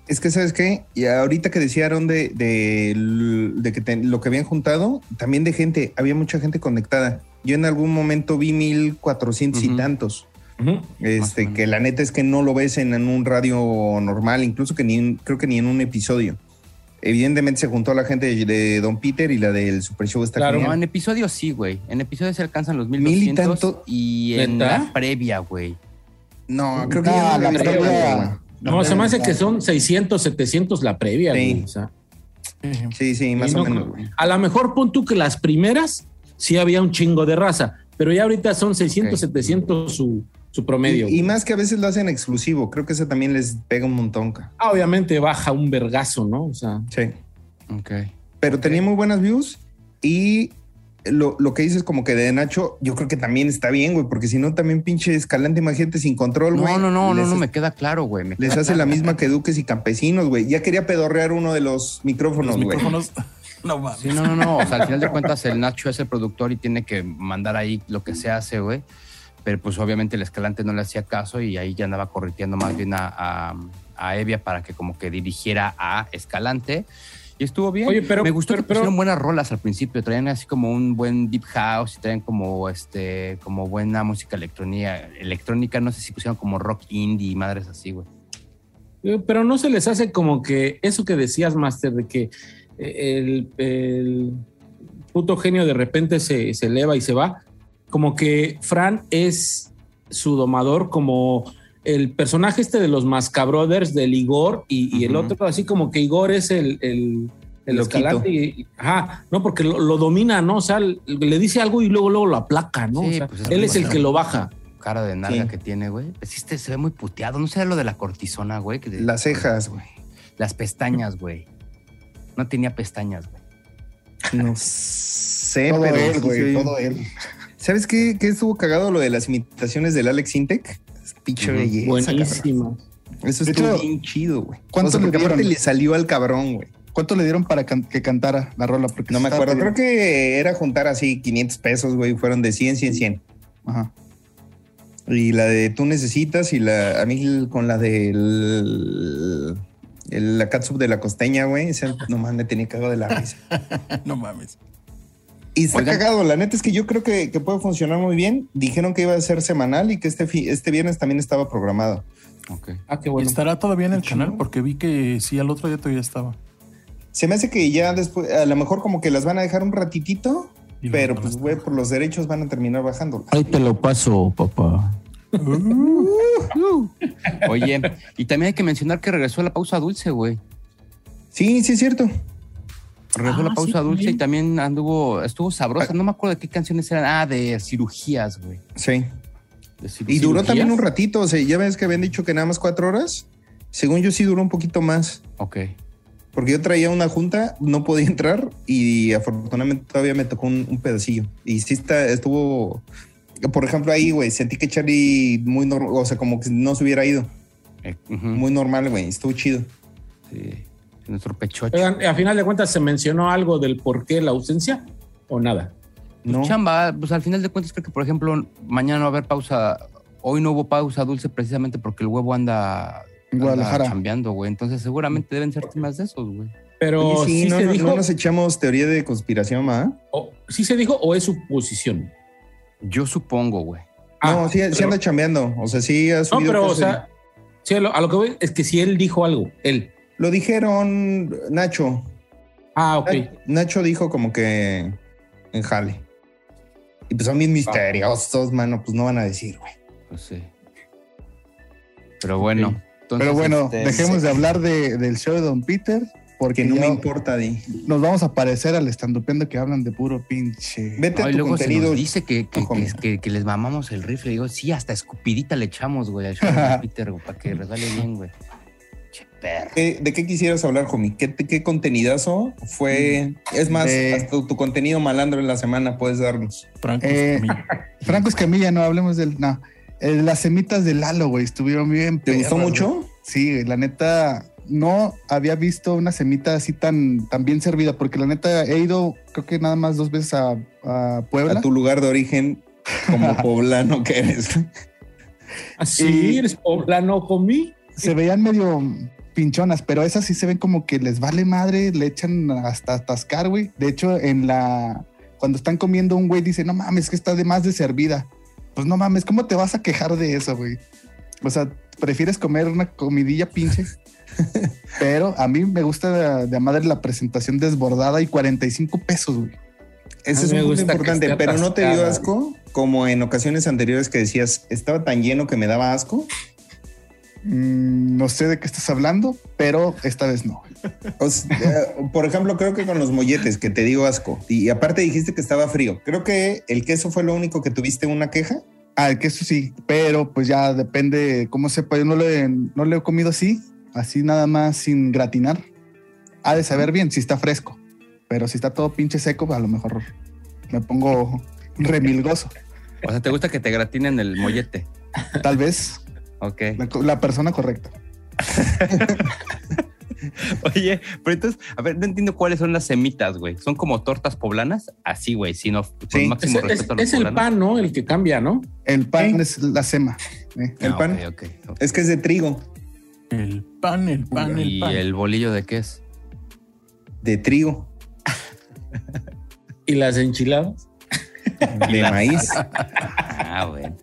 S5: Es que, ¿sabes qué? Y ahorita que decían de, de, de que te- lo que habían juntado, también de gente, había mucha gente conectada. Yo en algún momento vi 1400
S2: Ujú.
S5: y tantos.
S4: Ujú.
S2: Más o
S5: Este,
S2: menos.
S5: que la neta es que no lo ves en, en un radio normal, incluso que ni en- creo que ni en un episodio. Evidentemente se juntó la gente de, de Don Peter y la del Super Show está
S4: Claro.
S2: No,
S5: genial.
S2: en episodios sí, güey. En episodios se alcanzan los mil
S5: Mil y tanto.
S2: y en
S4: ¿Neta?
S2: la previa, güey.
S5: No, creo que
S6: No,
S5: ya no
S6: la
S5: la vi,
S4: previa.
S5: pero bueno.
S4: No, se me hace que son 600, 700 la previa,
S5: Sí.
S4: güey, o sea.
S3: Eh,
S5: Sí, sí, más
S4: Y no
S5: o menos.
S4: creo-
S5: güey.
S4: A lo mejor pon tú que las primeras sí había un chingo de raza, pero ya ahorita son 600,
S2: Ok.
S4: 700 su, su promedio.
S5: Y, y
S4: güey.
S5: más que a veces lo hacen exclusivo. Creo que eso también les pega un montón. ca.
S4: Ah, obviamente baja un vergazo, ¿no? O sea,
S5: Sí.
S2: Ok.
S5: pero tenía muy buenas views y lo, lo que dices como que de Nacho, yo creo que también está bien, güey, porque si no también pinche escalante imagínate sin control, güey.
S2: No, no, no, no,
S5: Les-
S2: no, me queda claro, güey. me
S5: Les hace la misma que Duques y Campesinos, güey. Ya quería pedorrear uno de los Pues micrófonos,
S3: los
S5: güey.
S3: micrófonos. No mames.
S2: Sí, no, no, no. O sea, al final de cuentas, el Nacho es el productor y tiene que mandar ahí lo que se hace, güey. Pero pues obviamente el escalante no le hacía caso y ahí ya andaba correteando más bien a, a, a Evia para que como que dirigiera a Escalante. Y estuvo bien.
S4: Oye, pero-
S2: Me gustó
S4: pero-
S2: que
S4: pero-
S2: pusieron buenas rolas al principio. Traían así como un buen deep house y traían como este, como buena música electrónica. Electrónica, no sé si pusieron como rock indie y madres así, güey.
S4: eh, pero no se les hace como que eso que decías, Master, de que eh, el, el puto genio de repente se, se eleva y se va. Como que Fran es su domador, como el personaje este de los Mascabrothers, del Igor y, y el
S2: Ujú.
S4: otro, así como que Igor es el, el, el
S5: Loquito.
S4: escalante. Y, y- ajá, no, porque lo, lo domina, ¿no? O sea, le dice algo y luego, luego lo aplaca, ¿no?
S2: Sí,
S4: O sea,
S2: pues es
S4: él
S2: muy
S4: es el
S2: bueno.
S4: que lo baja.
S2: Cara de nalga
S5: Sí.
S2: que tiene, güey. Pues sí, este se ve muy puteado. No sé lo de la cortisona, güey. que de-
S5: Las cejas, güey.
S2: Las pestañas, güey. No tenía pestañas, güey.
S5: No sé,
S6: Todo
S5: eh, pero
S6: él,
S5: sí
S6: güey,
S5: se-
S6: todo él.
S5: ¿Sabes qué, qué estuvo cagado lo de las imitaciones del Alex Intec? Pinche
S2: Ujú.
S5: belleza, cabrón.
S4: Buenísimo.
S5: Eso
S6: De
S5: estuvo
S6: hecho,
S5: bien chido, güey.
S6: ¿cuánto
S5: O sea,
S6: le
S5: porque aparte
S6: dieron?
S5: le salió al cabrón, güey.
S6: ¿Cuánto le dieron para can- que cantara la rola? Porque
S5: No me
S6: estaba
S5: acuerdo. Creo
S6: pidiendo-
S5: que era juntar así 500 pesos, güey. Fueron de 100, 100, 100.
S6: Ajá.
S5: Y la de tú necesitas y la a mí el- con la del el, la catsup de la costeña, güey. Esa no mames, me tenía cagado de la risa.
S3: <laughs> No mames.
S5: Y está
S2: Oigan.
S5: cagado. La neta es que yo creo que, que puede funcionar muy bien. Dijeron que iba a ser semanal y que este, fi- este viernes también estaba programado.
S2: Ok.
S4: Ah, qué
S3: ¿Y
S4: bueno.
S3: ¿Estará todavía en el canal? Porque vi que sí, al otro día todavía estaba.
S5: Se me hace que ya después, a lo mejor como que las van a dejar un ratitito,
S3: Y
S5: pero
S3: luego
S5: pues,
S3: no
S5: güey, por los derechos van a terminar bajándola.
S4: Ahí te lo paso, papá.
S2: <laughs> Oye, y también hay que mencionar que regresó la pausa dulce, güey.
S5: Sí, sí es cierto.
S2: Regresó la
S4: Ah,
S2: pausa
S4: sí,
S2: dulce
S4: también.
S2: y también Ah. anduvo, estuvo sabrosa. No me acuerdo de qué canciones eran. Ah, de cirugías, güey.
S5: Sí.
S2: De
S5: Y duró
S2: cirugías.
S5: también un ratito, o sea, ya ves que habían dicho que nada más cuatro horas. Según yo sí duró un poquito más,
S2: Ok. Eh,
S5: porque yo traía una junta, no podía <laughs> entrar y afortunadamente todavía me tocó un, un pedacillo. Y sí está, estuvo, por ejemplo, ahí, güey, sentí que Charlie muy normal, o sea, como que no se hubiera ido.
S2: Eh, ujú,
S5: Muy normal, güey, estuvo chido.
S2: sí. Nuestro pechocho.
S4: Oigan, a final de cuentas, ¿se mencionó algo del por qué la ausencia o nada?
S5: No,
S2: Chamba, pues al final de cuentas creo que, por ejemplo, mañana no va a haber pausa. Hoy no hubo pausa dulce precisamente porque el huevo anda,
S6: En
S2: anda
S6: Guadalajara.
S2: chambeando, güey. Entonces seguramente deben ser temas de esos, güey.
S4: Pero
S5: Oye, sí,
S4: sí,
S5: no,
S4: se
S5: no-
S4: dijo,
S5: no nos echamos teoría de conspiración, ¿ma?
S4: o, sí se dijo o es suposición.
S2: Yo supongo, güey.
S5: no, sí, sí
S4: pero-
S5: anda chambeando, o sea, sí ha
S4: No,
S5: subido.
S4: Ah, pero o
S5: cosas.
S4: sea, sí, a lo, a lo que voy es que si él dijo algo, él.
S5: Lo dijeron Nacho.
S4: Ah, ok.
S5: Nacho dijo como que en jale. Y pues son bien misteriosos, mano, pues no van a decir, güey.
S2: Pues sí. Pero bueno. entonces,
S6: Pero bueno,
S2: este,
S6: dejemos de hablar de- del show de Don Peter, porque
S5: Que no
S6: ya
S5: me importa, Di.
S6: nos vamos a parecer al estandupiendo que hablan de puro pinche.
S5: Vete
S2: ay,
S5: a tu
S2: luego se
S5: contenido.
S2: nos dice que, que,
S5: Ojo,
S2: que-
S5: mira.
S2: que- que les mamamos el rifle. Digo, sí, hasta escupidita le echamos, güey, al show de Peter, güey, para que resbale bien, güey. Che, perro.
S5: ¿Qué- ¿De qué quisieras hablar, homie? ¿Qué, te- qué contenidazo fue? Es más,
S6: De-
S5: hasta tu contenido malandro en la semana puedes darnos.
S3: Franco
S6: Eh,
S3: Escamilla.
S6: Franco Escamilla, no hablemos del. No. Eh, las semitas de Lalo, güey, estuvieron bien.
S5: ¿Te gustó
S6: perras,
S5: mucho?
S6: güey. Sí, güey, la neta, no había visto una semita así tan, tan bien servida, porque la neta he ido, creo que nada más dos veces a, a Puebla.
S5: A tu lugar de origen como poblano que eres.
S4: Así
S6: Y-
S4: eres poblano, homie.
S6: Se veían medio pinchonas, pero esas sí se ven como que les vale madre, le echan hasta atascar, güey. De hecho, en la. Cuando están comiendo, un güey dice: No mames, que está de más de servida. Pues no mames, ¿cómo te vas a quejar de eso, güey? O sea, prefieres comer una comidilla pinche. pero a mí me gusta de, de a madre la presentación desbordada y 45 pesos, güey.
S5: Ese
S4: A
S5: es
S4: mí me
S5: un punto
S4: gusta que
S5: importante,
S4: esté
S5: pero no te dio
S4: atascada.
S5: asco como en ocasiones anteriores que decías, estaba tan lleno que me daba asco.
S6: Mm, no sé de qué estás hablando, pero esta vez no.
S5: O sea, por ejemplo, creo que con los molletes, que te digo asco. Y aparte dijiste que estaba frío. Creo que el queso fue lo único que tuviste una queja.
S6: Ah, el queso sí, pero pues ya depende cómo sepa. Yo no lo he, no lo he comido así, así nada más sin gratinar. Ha de saber bien si está fresco, pero si está todo pinche seco, a lo mejor me pongo remilgoso.
S2: O sea, ¿te gusta que te gratinen el mollete?
S6: Tal vez
S2: <laughs> Ok.
S6: la, co- la persona correcta.
S2: Oye, pero entonces, a ver, no entiendo cuáles son las semitas, güey. ¿Son como tortas poblanas? Así, güey, sino con
S5: Sí,
S4: Es,
S2: máximo
S4: es-
S2: respeto a los
S4: es el
S2: poblanos.
S4: pan, ¿no? El que cambia, ¿no?
S6: El pan
S5: Sí.
S6: es la sema. ¿eh?
S5: El
S2: Ah,
S5: pan.
S2: ok, ok, ok.
S5: Es que es de trigo.
S3: El pan, el pan, el
S2: ¿Y
S3: pan.
S2: el bolillo de qué es?
S5: De trigo.
S4: Y las enchiladas.
S5: De maíz.
S2: Ah, bueno.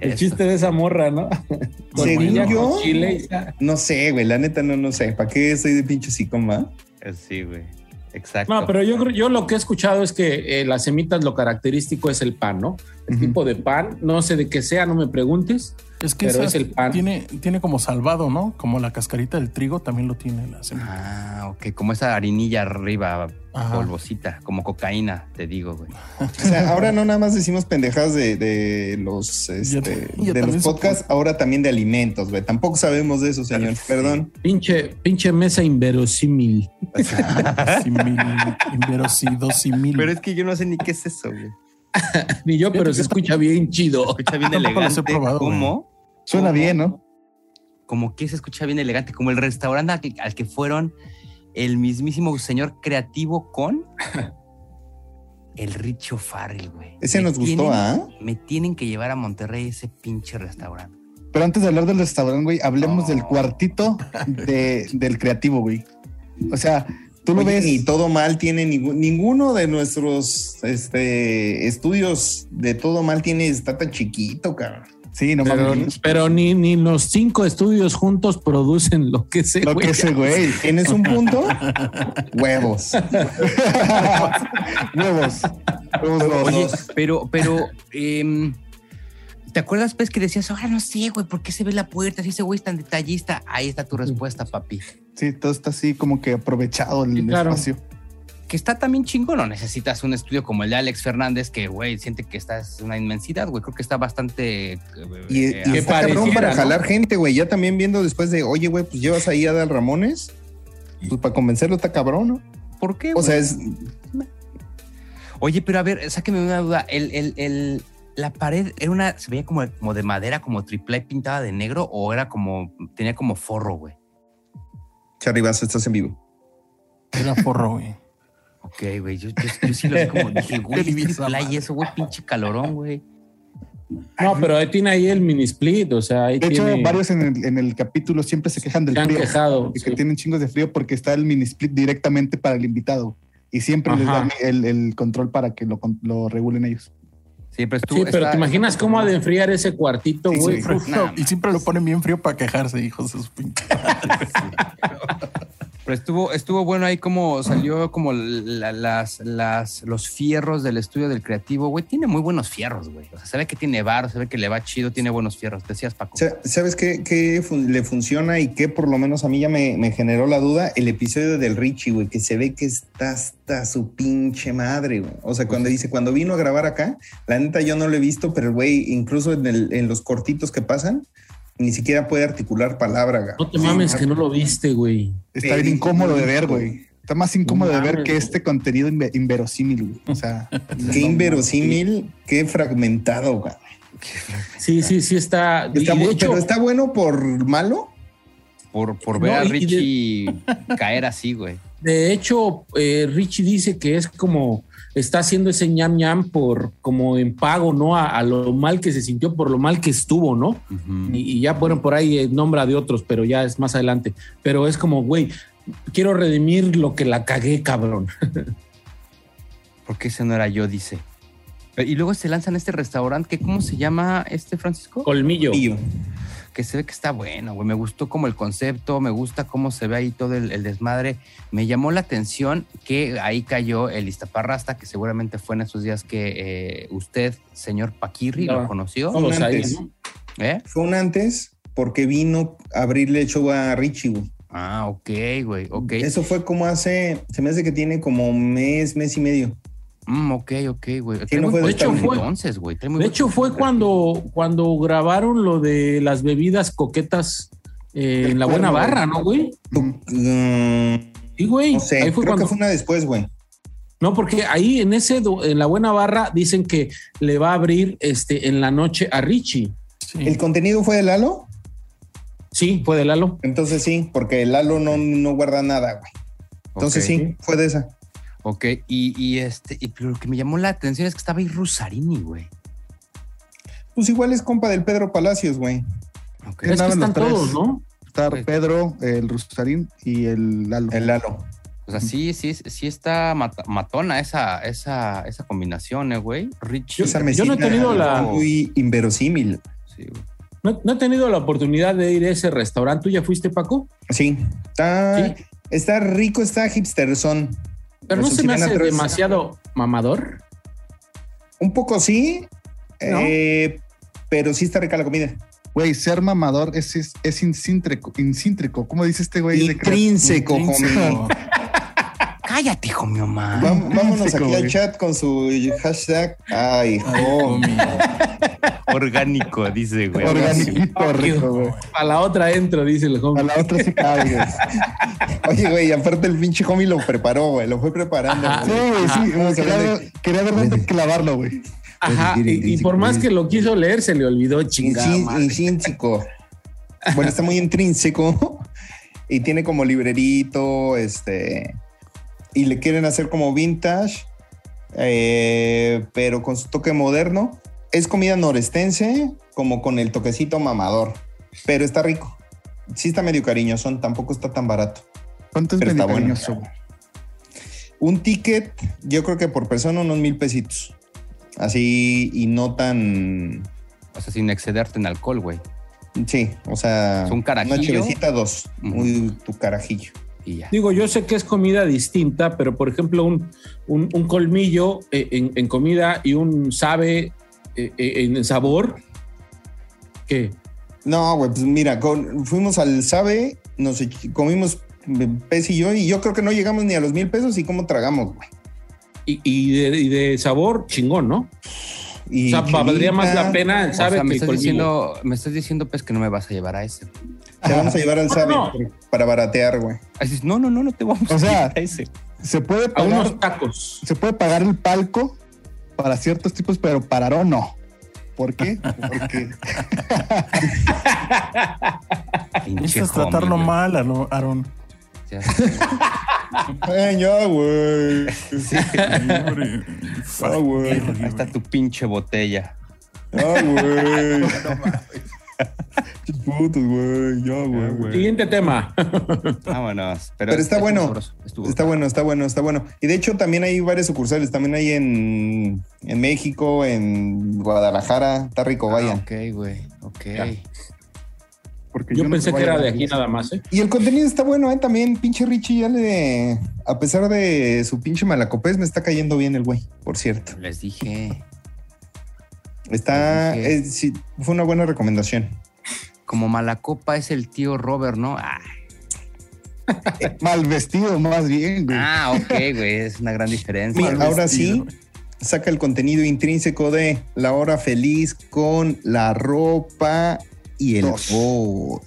S4: El
S2: Eso.
S4: chiste de esa morra, ¿no? Con
S5: Según
S4: maña,
S5: yo-
S4: con chile y ya.
S5: No sé, güey. La neta no, no sé. ¿Para qué soy de pinche psicoma?
S2: Eh, Sí, güey. Exacto.
S4: No, pero yo, creo- yo lo que he escuchado es que eh, las semitas lo característico es el pan, ¿no? El
S6: Ujú.
S4: tipo de pan, no sé de qué sea, no me preguntes.
S3: Es que
S4: Pero
S3: esa
S4: es el pan.
S3: Tiene, tiene como salvado, ¿no? Como la cascarita del trigo también lo tiene la <laughs> semilla.
S2: Ah, ok, como esa harinilla arriba,
S3: Ajá.
S2: polvosita, como cocaína, te digo, güey.
S5: O sea, ahora no nada más decimos pendejadas de, de los, este,
S3: ya
S5: de los
S3: también se
S5: podcasts, ahora también de alimentos, güey. Tampoco sabemos de eso, señor. Perdón.
S4: Pinche, pinche mesa inverosímil. <laughs>
S3: Simil, inverosidosimil.
S2: Pero es que yo no sé ni qué es eso, güey.
S4: Ni yo, pero se escucha bien chido.
S2: Escucha bien
S3: Yo tampoco los he
S2: elegante.
S3: probado, güey.
S2: ¿Cómo?
S6: Suena bien, ¿no?
S2: Como que se escucha bien elegante, como el restaurante al que, al que fueron el mismísimo señor creativo
S5: <laughs>
S2: con el Richo Farrell, güey.
S5: Ese
S2: Me
S5: nos gustó,
S2: tienen-
S5: ¿ah?
S2: Me tienen que llevar a Monterrey ese pinche restaurante.
S6: Pero antes de hablar del restaurante, güey, hablemos
S2: No.
S6: del cuartito de- del creativo, güey. O sea, tú lo
S5: Oye,
S6: ves.
S5: Ni todo mal tiene ningún- ninguno de nuestros este, estudios de todo mal tiene, está tan chiquito, cabrón.
S6: Sí, no
S4: Pero,
S6: mames.
S4: pero ni, ni los cinco estudios juntos producen lo que se.
S6: Lo que ese güey.
S5: <laughs> ¿Tienes
S6: <laughs>
S5: un punto? Huevos.
S6: Huevos. Huevos dos.
S5: <laughs>
S2: Oye, pero, pero, em, ¿te acuerdas, pues, que decías, ahora no sé, güey, ¿por qué se ve la puerta? Si ese güey es tan detallista, ahí está tu respuesta, papi.
S6: Sí, todo está así como que aprovechado el
S4: Sí, claro.
S6: espacio.
S2: Que está también chingón, no necesitas un estudio como el de Alex Fernández, que, güey, siente que está es una inmensidad, güey, creo que está bastante... eh,
S5: Y,
S2: eh,
S5: y
S4: Que
S5: está cabrón
S4: pareciera,
S5: para
S4: ¿no?
S5: jalar gente, güey. Ya también viendo después de, oye, güey, pues llevas ahí a Dal Ramones. Pues para convencerlo está cabrón, ¿no?
S2: ¿Por qué,
S5: O
S2: güey?
S5: sea, es
S2: Oye, pero a ver, sáqueme una duda, el, el, el- la pared era una, se veía como, como de madera, como triple pintada de negro, o era como, tenía como forro, güey.
S5: Charly Bass, estás en vivo.
S3: Era forro, güey. <laughs>
S2: Ok, güey, yo, yo- yo sí <laughs> lo vi como dije, güey,
S3: Qué
S2: es
S3: divisa,
S2: triple y eso, güey, pinche calorón, güey.
S4: No, pero ahí tiene ahí el mini split. O sea, ahí
S6: De hecho,
S4: tiene-
S6: varios en el, en el capítulo siempre se quejan del
S4: se han
S6: frío.
S4: quejado.
S6: Y que
S4: sí.
S6: tienen chingos de frío porque está el mini split directamente para el invitado. Y siempre les
S4: Ajá.
S6: dan el, el control para que lo, con- lo regulen ellos.
S2: Sí, pero, estuvo-
S4: Sí, pero
S2: está-
S4: te imaginas cómo ha de enfriar ese cuartito,
S6: Sí,
S4: güey.
S6: sí.
S3: Pero-
S2: Uf, no,
S3: Pues y siempre lo ponen bien frío para quejarse, hijos de su pinche.
S2: pero estuvo, estuvo bueno ahí como salió como la- las, las, los fierros del estudio del creativo, güey. Tiene muy buenos fierros, güey. O sea, se ve que tiene varo, se ve que le va chido, tiene buenos fierros. Decías, Paco.
S5: Sa- ¿Sabes qué, qué fun- le funciona y qué por lo menos a mí ya me, me generó la duda? El episodio del Richie, güey, que se ve que está hasta su pinche madre, güey. O sea, cuando dice, cuando vino a grabar acá, la neta yo no lo he visto, pero el güey, incluso en, el- en los cortitos que pasan, ni siquiera puede articular palabra, güey.
S4: No te mames que no lo viste, güey.
S6: Está
S5: Sí,
S6: bien incómodo de ver,
S5: sí.
S6: güey. Está más incómodo de ver
S4: mames,
S6: que
S4: güey.
S6: este contenido inve- inverosímil, güey. O
S4: <laughs>
S6: sea,
S5: Qué inverosímil, qué fragmentado, güey.
S4: Sí, sí, sí está. y
S5: Está
S4: de
S5: bu-
S4: hecho,
S5: pero está bueno por malo.
S2: por, por
S4: No,
S2: ver a
S4: y- y de-
S2: Richie <laughs> caer así, güey.
S4: De hecho, eh, Richie dice que es como está haciendo ese ñam ñam por como en pago, ¿no? A, a lo mal que se sintió, por lo mal que estuvo, ¿no?
S2: Ujú.
S4: Y, y ya fueron por ahí eh, nombra de otros, pero ya es más adelante. Pero es como, güey, quiero redimir lo que la cagué, cabrón.
S2: Porque ese no era yo, dice. Y luego se lanzan a este restaurante que, ¿cómo se llama este, Francisco?
S4: Colmillo.
S5: Tío.
S2: que se ve que está bueno, güey. Me gustó como el concepto, me gusta cómo se ve ahí todo el, el desmadre. Me llamó la atención que ahí cayó el Iztaparrasta, que seguramente fue en esos días que eh, usted, señor Paquirri, lo
S4: No.
S2: conoció.
S4: Todos ahí,
S5: Antes.
S4: ¿no?
S2: ¿Eh?
S5: Fue un antes porque vino a abrirle el show a Richie, güey.
S2: Ah, ok, güey, ok.
S5: Eso fue como hace, se me hace que tiene como mes, mes y medio.
S2: Mm, ok, ok, güey. Trae muy
S5: no fue
S2: buen
S5: de hecho,
S2: perfil
S4: fue-
S2: entonces, güey. trae muy
S4: De
S2: buen
S4: hecho, fue
S2: perfil.
S4: cuando, cuando grabaron lo de las bebidas coquetas eh,
S5: El
S4: en la buena
S5: cuerno.
S4: barra, ¿no, güey?
S5: Mm,
S4: Sí, güey.
S5: no sé,
S4: ahí fue
S5: creo
S4: cuando
S5: que fue una después, güey.
S4: No, porque ahí en ese du- en la buena barra dicen que le va a abrir este en la noche a Richie.
S3: Sí.
S5: ¿El contenido fue de Lalo?
S4: Sí, fue de Lalo.
S5: Entonces sí, porque Lalo no, no guarda nada, güey. Entonces
S2: Ok,
S5: sí, fue de esa.
S2: Ok, y, y este, y lo que me llamó la atención es que estaba ahí Rusarini, güey.
S5: Pues igual es compa del Pedro Palacios, güey.
S2: Ok.
S6: Sí,
S4: Es que
S6: nada, los
S4: están
S6: tres.
S4: todos, ¿no?
S6: Está
S4: Pues.
S6: Pedro, el Rusarín y el Lalo.
S5: El Lalo.
S2: O sea, sí, sí, sí está mata- matona esa, esa, esa combinación, eh, güey. Richie.
S5: Esa
S4: yo no he
S5: mesita
S4: tenido la-
S5: Muy inverosímil.
S2: Sí, güey.
S4: No, no he tenido la oportunidad de ir a ese restaurante. ¿Tú ya fuiste, Paco?
S5: Sí, está,
S4: Sí.
S5: está rico, está hipsterzón.
S4: Pero no
S5: Los
S4: se me hace
S5: Ochilana Tres.
S4: demasiado mamador.
S5: Un poco sí,
S4: ¿No?
S5: eh, pero sí está rica la comida.
S6: Güey, ser mamador es, es, es incíntrico, incíntrico. ¿Cómo dice este güey? de creer?
S5: Intrínseco, homie.
S2: Cállate, hijo mío,
S4: Ah,
S2: man.
S5: Vam- Vámonos
S6: Intrínseco,
S5: aquí al
S6: güey.
S5: chat con su hashtag. Ay, homie.
S2: Orgánico, dice,
S5: Pues,
S2: güey.
S6: Organiquito rico, güey.
S4: A la otra entro, dice el
S6: A
S4: hombre.
S6: la otra sí cabe, güey. <laughs>
S5: Oye, güey, aparte el pinche homie lo preparó, güey. Lo fue preparando. Ah,
S6: Sí, güey, sí.
S5: Vamos a
S6: quería,
S5: ver
S6: ver, quería ver dónde clavarlo, güey.
S4: Ajá. Y, y por más que lo quiso leer, se le olvidó chingada.
S5: Intrínseco.
S4: madre.
S5: Bueno, está muy intrínseco y tiene como librerito, este, y le quieren hacer como vintage, eh, pero con su toque moderno. Es comida norestense, como con el toquecito mamador, pero está rico. Sí está medio cariñosón, tampoco está tan barato.
S6: ¿Cuánto es
S5: Pero está bueno.
S6: medicaminoso, güey?
S5: Un ticket, yo creo que por persona unos mil pesitos. Así y no tan...
S2: O sea, sin excederte en alcohol, güey.
S5: Sí, o sea...
S2: Es un carajillo.
S5: Una chevecita, dos.
S2: Ujú.
S5: Uy, tu carajillo.
S2: Y ya.
S4: Digo, yo sé que es comida distinta, pero por ejemplo, un, un- un colmillo eh, en, en comida y un sabe eh, eh, en sabor. ¿Qué?
S5: No, güey, pues mira, con- fuimos al Sabe, nos echi- comimos eh, pez y yo, y yo creo que no llegamos ni a los mil pesos y cómo tragamos, güey.
S4: Y, y de, y de sabor chingón, ¿no?
S5: Y
S4: o sea,
S5: chelita,
S4: valdría más la pena el
S2: O
S4: sabe
S2: sea, me
S4: que el
S2: estás,
S4: colmillo.
S2: diciendo, me estás diciendo, pues, que no me vas a llevar a ese.
S5: Te vamos a llevar al
S4: No,
S5: Sabe
S4: no.
S5: para baratear, güey.
S2: Así, no, no, no, no te vamos
S6: O
S2: a
S6: sea,
S5: <laughs>
S2: llevar a ese.
S6: Se puede
S5: Ah,
S4: A
S6: pagar,
S4: unos tacos.
S6: se puede pagar el palco para ciertos tipos, pero para Aro no. ¿Por
S5: <laughs>
S6: qué? Porque
S2: Pinche
S3: Necesitas
S2: homie,
S3: tratarlo
S2: güey.
S3: mal, Aro- Aaron.
S2: Ya sé.
S5: Ay, Eh,
S2: <laughs>
S5: ya, güey.
S3: Hombre,
S5: Ah, güey.
S2: Ahí está tu pinche botella.
S5: Ah, güey. Putos, güey. Ya, güey.
S4: Siguiente tema.
S2: Vámonos. Pero,
S5: Pero está
S2: estuvo
S5: bueno.
S2: sabroso, estuvo-
S5: Está bueno, está bueno, está bueno. Y de hecho también hay varias sucursales, también hay en, en México, en Guadalajara, está rico,
S2: Ah,
S5: vayan.
S2: ok, güey. Ok.
S6: porque
S4: Yo
S6: no
S4: pensé
S6: te voy
S4: que
S6: a
S4: era de
S6: dar
S4: aquí nada más, ¿eh?
S5: Y el contenido está bueno, ¿eh? También, pinche Richie ya le. A pesar de su pinche malacopés, me está cayendo bien el güey, por cierto.
S2: Les dije.
S5: Está.
S2: Ok.
S5: es- sí, fue una buena recomendación.
S2: Como Malacopa es el tío Robert, ¿no? Ah,
S6: Mal vestido, más bien, güey.
S2: ah, ok, güey. Es una gran diferencia.
S5: Mira, ahora sí,
S3: vestido.
S5: saca el contenido intrínseco de la hora feliz con la ropa y el
S6: Dos.
S5: odio.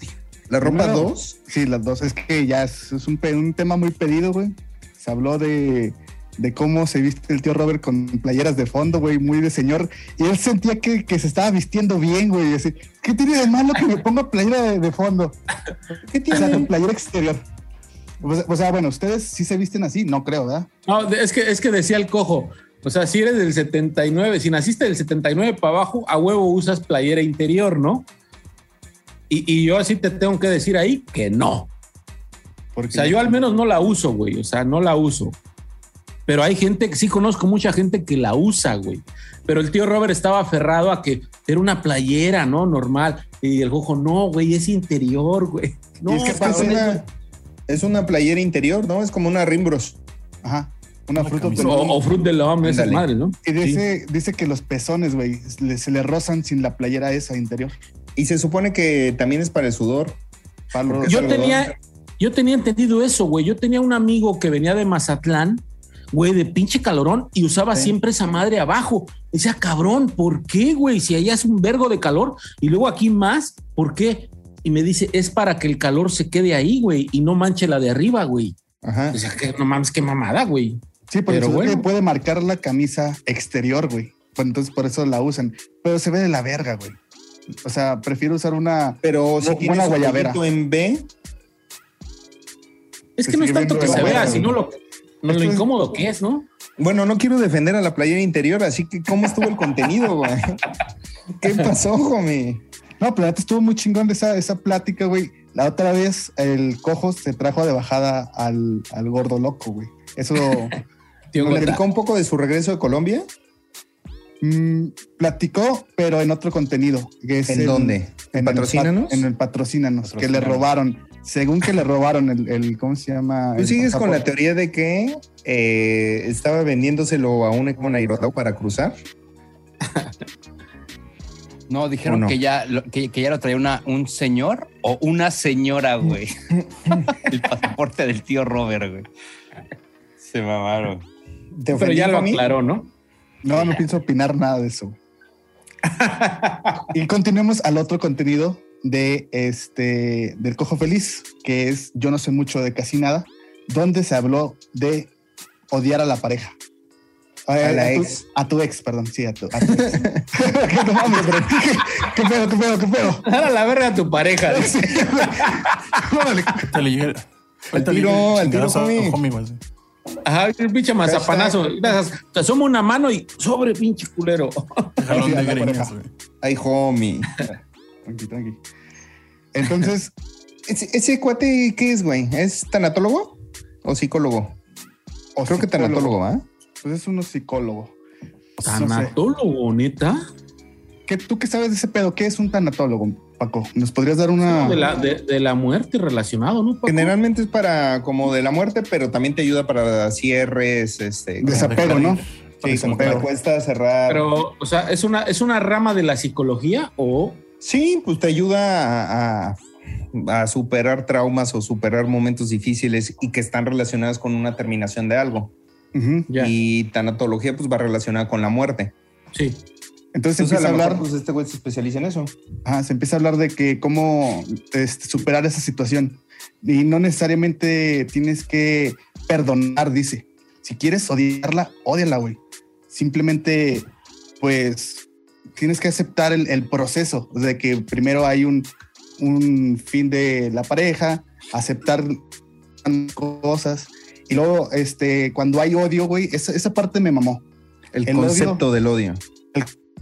S5: La ropa
S6: Primero,
S5: 2.
S6: Sí, las dos. Es que ya es, es un, pe- un tema muy pedido, güey. Se habló de de cómo se viste el tío Robert con playeras de fondo, güey, muy de señor. Y él sentía que, que se estaba vistiendo bien, güey. y así, ¿Qué tiene de malo que me ponga playera de, de fondo? ¿Qué tiene? O sea, con playera exterior. O sea- o sea, bueno, ustedes sí se visten así, no creo, ¿verdad?
S4: No, de- es que, es que decía el cojo. O sea, si eres del 79, si naciste del 79 para abajo, a huevo usas playera interior, ¿no? Y, y yo así te tengo que decir ahí que no.
S6: Porque
S4: O sea, yo al menos no la uso, güey. O sea, no la uso. Pero hay gente, que sí conozco mucha gente que la usa, güey. Pero el tío Robert estaba aferrado a que era una playera, ¿no? Normal. Y el cojo, no, güey, es interior, güey. No,
S5: Y es que es,
S4: cabrón,
S5: una, es una playera interior, ¿no? Es como una Rimbros.
S6: Ajá. Una,
S3: Una
S6: fruta
S3: camisa.
S6: del-
S4: O, o Fruit del Hombre, esa madre,
S5: Ándale.
S4: ¿no?
S6: Y dice, dice que los pezones, güey, le- se le rozan sin la playera esa interior.
S5: Y se supone que también es para el sudor.
S6: Palo-
S5: Porque
S4: Yo
S5: algodón.
S4: tenía, yo tenía entendido eso, güey. Yo tenía un amigo que venía de Mazatlán, güey, de pinche calorón, y usaba
S6: Sí.
S4: siempre esa madre abajo. Decía, cabrón, ¿por qué, güey? Si allá es un vergo de calor y luego aquí más, ¿por qué? Y me dice, es para que el calor se quede ahí, güey, y no manche la de arriba, güey.
S5: Ajá.
S4: O sea, que no mames, qué mamada, güey.
S6: Sí, porque
S4: Pero
S6: se ve
S4: bueno.
S6: que puede marcar la camisa exterior, güey. Pues entonces por eso la usan. Pero se ve de la verga, güey. O sea, prefiero usar una.
S5: Pero si
S6: Bu-
S5: tienes
S6: buena
S5: un
S6: guayabera.
S5: poquito en B,
S4: Es
S6: Se
S4: que no es
S6: sigue
S4: tanto que
S6: viendo
S4: se
S6: de
S4: vea,
S6: afuera,
S4: sino
S6: güey.
S4: lo, no, lo
S5: Esto es-
S4: incómodo que es, ¿no?
S5: bueno, no quiero defender a la playera interior, así que ¿cómo estuvo el contenido, güey? ¿Qué pasó, homie?
S6: No, pero antes estuvo muy chingón de esa, esa plática, güey. La otra vez el cojo se trajo de bajada al, al gordo loco, güey.
S5: <laughs>
S6: Eso
S4: Tío Gota.
S5: ¿Platicó un poco de su regreso de Colombia?
S6: mm, platicó, pero en otro contenido. que es
S5: ¿En
S6: el-
S5: dónde? ¿En
S6: el
S5: Patrocínanos?
S6: pat- En el patrocínanos, que le
S5: Patrocínanos.
S6: robaron. Según que le robaron el, el- ¿cómo se llama?
S5: Tú
S6: El
S5: sigues con la
S6: pasaporte.
S5: teoría de que eh, estaba vendiéndoselo a un como Nairobi para cruzar.
S2: No, dijeron
S5: ¿O no?
S2: Que, ya, lo- que, que ya lo traía una, un señor o una señora, güey. El pasaporte del tío Robert, güey. Se mamaron.
S5: ¿Te
S4: Pero
S5: ofendió,
S4: ya lo
S5: homie?
S4: aclaró, ¿no?
S6: No, no pienso opinar nada de eso. y continuemos al otro contenido de este del cojo feliz, que es yo no sé mucho de casi nada, donde se habló de odiar a la pareja. A,
S5: la
S6: tu-
S5: ex.
S6: A tu ex, perdón, sí, a tu, a tu ex. <laughs> Que no mames, bro. qué feo, qué feo, qué feo.
S4: Dale la verga <laughs> a tu
S6: <laughs>
S4: pareja. dice.
S6: Órale.
S3: Te le llega- ahorita le
S5: tiro,
S3: llega el
S5: al tiro,
S3: chingadazo a tu
S5: homie.
S3: homie, güey, así.
S4: Ajá, el pinche mazapanazo. Gracias. Te asomo una mano y sobre, pinche <laughs> culero.
S3: Te jalón
S6: Sí, a
S3: de
S6: la
S3: greñas,
S6: pareja.
S3: güey.
S5: Ay, <laughs> homie.
S6: Tranqui, tranqui.
S5: <laughs>
S6: Entonces,
S5: ¿Ese, ese cuate qué es, güey? ¿Es tanatólogo o psicólogo?
S6: o
S5: Creo que
S6: psicólogo.
S5: tanatólogo, ¿ah?
S6: Pues es uno psicólogo. No sé.
S4: Tanatólogo, neta.
S6: ¿Qué, ¿Tú qué sabes de ese pedo? ¿Qué es un tanatólogo, Paco? ¿Nos podrías dar una...?
S4: De, la, de, de la muerte relacionado, ¿no? Paco?
S5: Generalmente es para como de la muerte, pero también te ayuda para cierres, este, como-
S6: Desapego,
S3: Dejar
S6: ¿no?
S3: ir.
S5: sí, como que te
S6: desapego.
S5: cuesta cerrar.
S4: Pero, o sea, ¿es una, ¿es una rama de la psicología o
S5: Sí, pues te ayuda a, a- a superar traumas o superar momentos difíciles y que están relacionadas con una terminación de algo.
S6: Ujú.
S4: ya?
S5: Y tanatología pues va relacionada con la muerte.
S4: Sí.
S6: Entonces se
S5: Entonces a
S6: empieza
S5: lo
S6: a
S5: mejor,
S6: hablar,
S5: pues este güey se especializa en eso.
S6: ajá, se empieza a hablar de que cómo este, superar esa situación. Y no necesariamente tienes que perdonar, dice. Si quieres odiarla, ódiala, güey. Simplemente, pues, tienes que aceptar el, el proceso de que primero hay un, un fin de la pareja, aceptar cosas. Y luego, este, cuando hay odio, güey, esa, esa parte me mamó.
S5: El,
S6: El
S5: concepto del odio.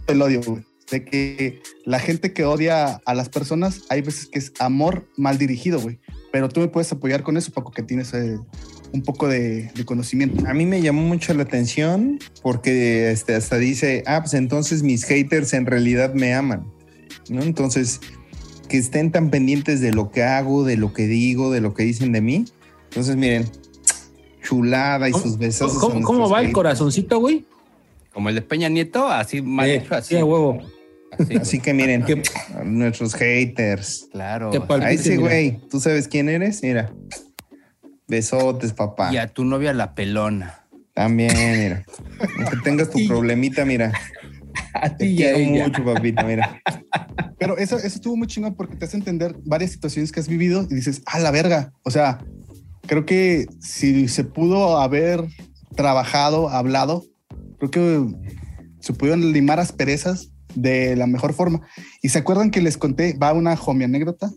S6: el odio, güey. De que la gente que odia a las personas, hay veces que es amor mal dirigido, güey. Pero tú me puedes apoyar con eso, Paco, que tienes eh, un poco de, de conocimiento.
S5: A mí me llamó mucho la atención porque este, hasta dice, ah, pues entonces mis haters en realidad me aman, ¿no? Entonces, que estén tan pendientes de lo que hago, de lo que digo, de lo que dicen de mí. Entonces, miren, chulada y sus besos.
S4: ¿Cómo, cómo va el corazoncito, güey?
S2: Como el de Peña Nieto, así mal
S4: Eh,
S2: hecho, así.
S4: sí, a huevo.
S2: Así,
S5: Así que miren,
S4: Que-
S5: a nuestros haters.
S2: Claro.
S4: Que pal-
S5: A ese
S4: mira.
S5: güey, ¿tú sabes quién eres? Mira. Besotes, papá.
S2: Y a tu novia la pelona.
S5: También, mira. Aunque tengas tu
S4: Y-
S5: problemita, mira.
S4: A
S5: Te
S4: ti y a
S5: quiero
S4: ella.
S5: mucho, papito, mira.
S6: Pero eso, eso estuvo muy chingón porque te hace entender varias situaciones que has vivido y dices, a la verga. O sea, creo que si se pudo haber trabajado, hablado. Creo que se pudieron limar asperezas de la mejor forma. Y se acuerdan que les conté, va una homie anécdota.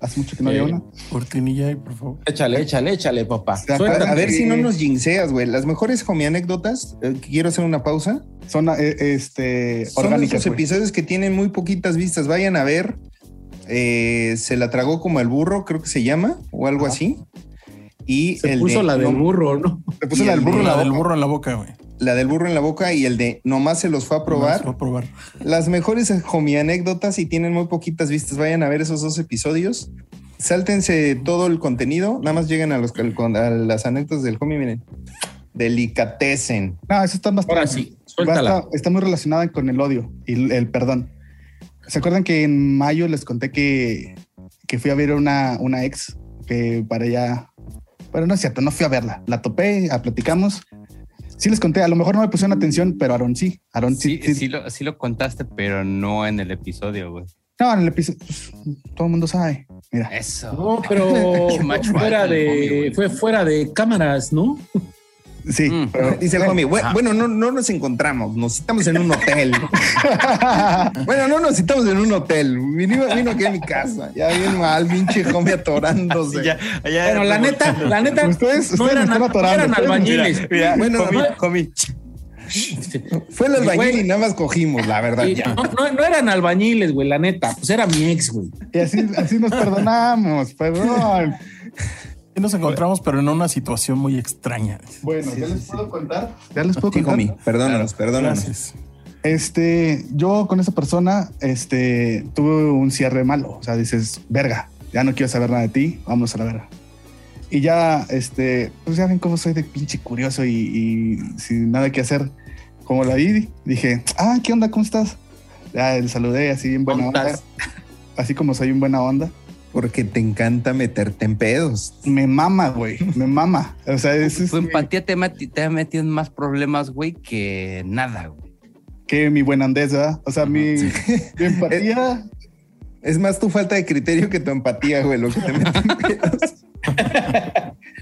S6: Hace mucho que no
S4: Sí.
S6: había una.
S3: Cortinilla ahí, por favor.
S4: Échale, échale, échale, papá.
S6: Se
S5: A,
S6: acuerdan
S5: a ver
S6: que
S5: si no nos jinxeas, güey. Las mejores homianécdotas, eh, quiero hacer una pausa.
S6: Son eh, este,
S5: Son de
S6: orgánicas.
S5: esos
S6: güey.
S5: episodios que tienen muy poquitas vistas. Vayan a ver. eh, se la tragó como el burro, creo que se llama, o algo así. Y
S4: Se
S5: el
S4: puso
S5: de-
S4: la del
S5: no,
S4: burro, ¿no?
S6: Se puso
S5: y
S6: la del
S5: el
S6: burro en la
S3: La del
S6: boca.
S3: burro en la boca, güey.
S5: la del burro en la boca y el de nomás se los fue a probar.
S3: Vamos a probar.
S5: Las mejores eh, homianécdotas y tienen muy poquitas vistas. Vayan a ver esos dos episodios. Sáltense todo el contenido. Nada más lleguen a, los, al con- a las anécdotas del homie. Miren, delicatecen.
S6: No, eso Ah, está más
S4: Ahora sí, suéltala.
S6: Basta- está muy relacionada con el odio y el, el perdón. ¿Se acuerdan que en mayo les conté que, que fui a ver a una, una ex que para allá... Bueno, no es cierto, no fui a verla. La topé, la platicamos. Sí les conté, a lo mejor no me pusieron atención, pero Aaron sí. Aaron sí.
S2: Sí,
S6: sí-
S2: sí lo, sí lo contaste, pero no en el episodio, güey.
S6: No, en el episodio... pues, todo el mundo sabe. Mira.
S2: Eso.
S4: No, pero
S5: <laughs>
S4: fue
S2: macho
S4: fuera
S2: alfa, el homie,
S4: de,
S2: güey.
S4: fue fuera de cámaras, ¿no?
S6: Sí.
S2: Mm.
S6: pero- <laughs>
S5: Dice el homie, "Bue- bueno, no, no nos encontramos, nos citamos en un hotel. <laughs> bueno, no nos citamos en un hotel. Vino, vino aquí a mi casa. Ya bien mal, pinche homie atorándose.
S4: Bueno, la neta, la neta,
S6: Ustedes-
S4: no
S6: ustedes
S4: eran,
S6: me están
S4: al- no
S6: atorando,
S4: eran
S6: ustedes me-
S4: albañiles.
S5: Bueno,
S4: Comí,
S5: no- fue el albañil
S4: Güey.
S5: y nada más cogimos, la verdad.
S4: Y
S5: ya.
S4: no, no- no eran albañiles, güey, la neta. Pues era mi ex, güey.
S6: Y así, así nos perdonamos, perdón.
S3: Y nos encontramos, pero en una situación muy extraña.
S6: Bueno, ya les puedo contar. Ya les puedo
S5: Sí,
S6: contar.
S5: homie, perdónanos, perdónanos.
S3: Gracias.
S6: Este, yo con esa persona, este, tuve un cierre malo. O sea, dices, verga, ya no quiero saber nada de ti, vamos a la verga. Y ya, este, pues ya ven cómo soy de pinche curioso y, y sin nada que hacer. Como la vi, dije, ah, ¿qué onda? ¿Cómo estás? Ya le saludé así bien buena
S4: ¿Cómo
S6: onda.
S4: estás?
S6: Así como soy un buena onda.
S5: Porque te encanta meterte en pedos.
S6: Me mama, güey, me mama. O
S4: <laughs>
S6: sea, es, es
S2: Tu
S6: mi-
S2: empatía te, meti- te ha metido en más problemas, güey, que nada, güey.
S6: que mi buena andez, ¿verdad? O sea, mi, <laughs> mi
S4: Eh,
S6: empatía.
S5: Es más tu falta de criterio que tu empatía, güey, lo que te mete en pedos.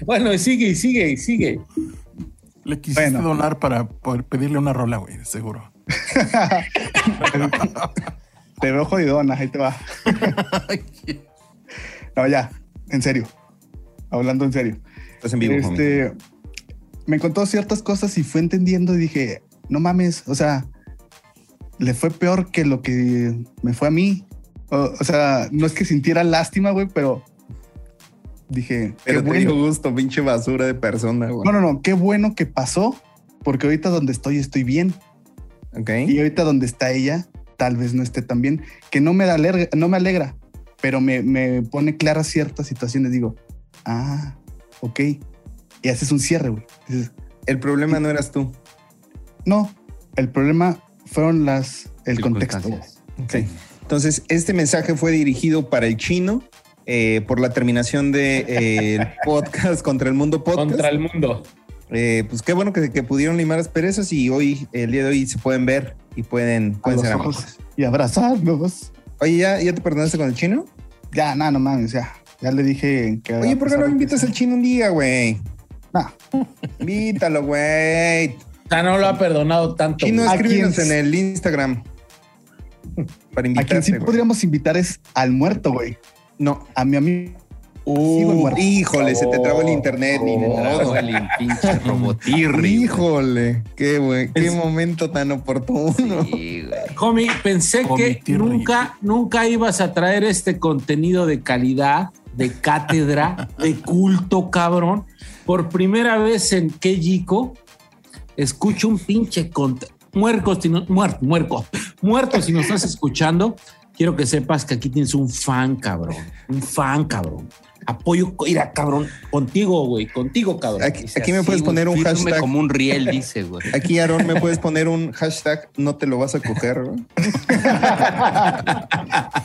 S4: Bueno, sigue, y sigue, y sigue.
S3: Le quisiste
S6: Bueno.
S3: donar para poder pedirle una rola, güey, de seguro.
S5: <laughs>
S6: Te veo jodidona, ahí te va. no, ya, en serio. Hablando en serio.
S5: Estás en vivo, homie.
S6: este, me contó ciertas cosas y fue entendiendo y dije, no mames, o sea, le fue peor que lo que me fue a mí. O, o sea, no es que sintiera lástima, güey, pero dije,
S5: Pero
S6: qué
S5: te
S6: bueno.
S5: dio gusto, pinche basura de persona, güey.
S6: No, no, no, qué bueno que pasó, porque ahorita donde estoy, estoy bien.
S5: Ok.
S6: Y ahorita donde está ella, tal vez no esté tan bien, que no me, da alerga- no me alegra, pero me, me pone claras ciertas situaciones. Digo, ah, ok. Y haces un cierre, güey. Dices,
S5: El problema no eras tú.
S6: no, el problema fueron las, el contexto.
S2: Circunstancias.
S5: Ok. Entonces, este mensaje fue dirigido para el chino eh, por la terminación de eh, <laughs> el podcast contra el mundo podcast.
S4: Contra el mundo.
S5: Eh, pues qué bueno que, que pudieron limar asperezas y hoy, el día de hoy, se pueden ver y pueden,
S6: A
S5: pueden
S6: los
S5: ser amigos.
S6: ojos y abrazarnos.
S5: Oye, ¿ya, ¿ya te perdonaste con el chino?
S6: Ya, nada, no mames, ya. Ya le dije que.
S5: Oye, ¿por qué no invitas al chino un día, güey?
S6: Nah.
S5: Invítalo, güey.
S4: O sea, no lo ha perdonado tanto.
S5: Chino,
S4: güey.
S6: ¿A
S5: escríbenos
S6: quién?
S5: en el Instagram para
S6: A quien
S5: invitarte.
S6: sí
S5: güey.
S6: podríamos invitar es al muerto, güey.
S5: No.
S6: A mi amigo.
S5: Uh,
S6: güey, muerto.
S5: híjole, se te trabó el internet. ni
S2: Oh,
S5: modo.
S2: el pinche robotirri. güey.
S5: Híjole, qué güey, qué momento tan oportuno.
S2: Sí, güey.
S4: Homie, pensé
S3: Homie,
S4: que
S3: tío
S4: nunca, nunca ibas a traer este contenido de calidad, de cátedra, de culto, cabrón. Por primera vez en Kejico, escucho un pinche cont- muerco, si no- muer- muerco, muerto si nos estás escuchando. Quiero que sepas que aquí tienes un fan, cabrón. Un fan, cabrón. Apoyo, mira, cabrón, contigo, güey, contigo, cabrón.
S5: Aquí, aquí me
S2: Sí,
S5: puedes
S2: güey,
S5: poner un
S2: fírmame
S5: hashtag.
S2: como un riel, dice,
S5: <laughs>
S2: güey.
S5: Aquí, Aaron, me puedes poner un hashtag no te lo vas a coger. güey?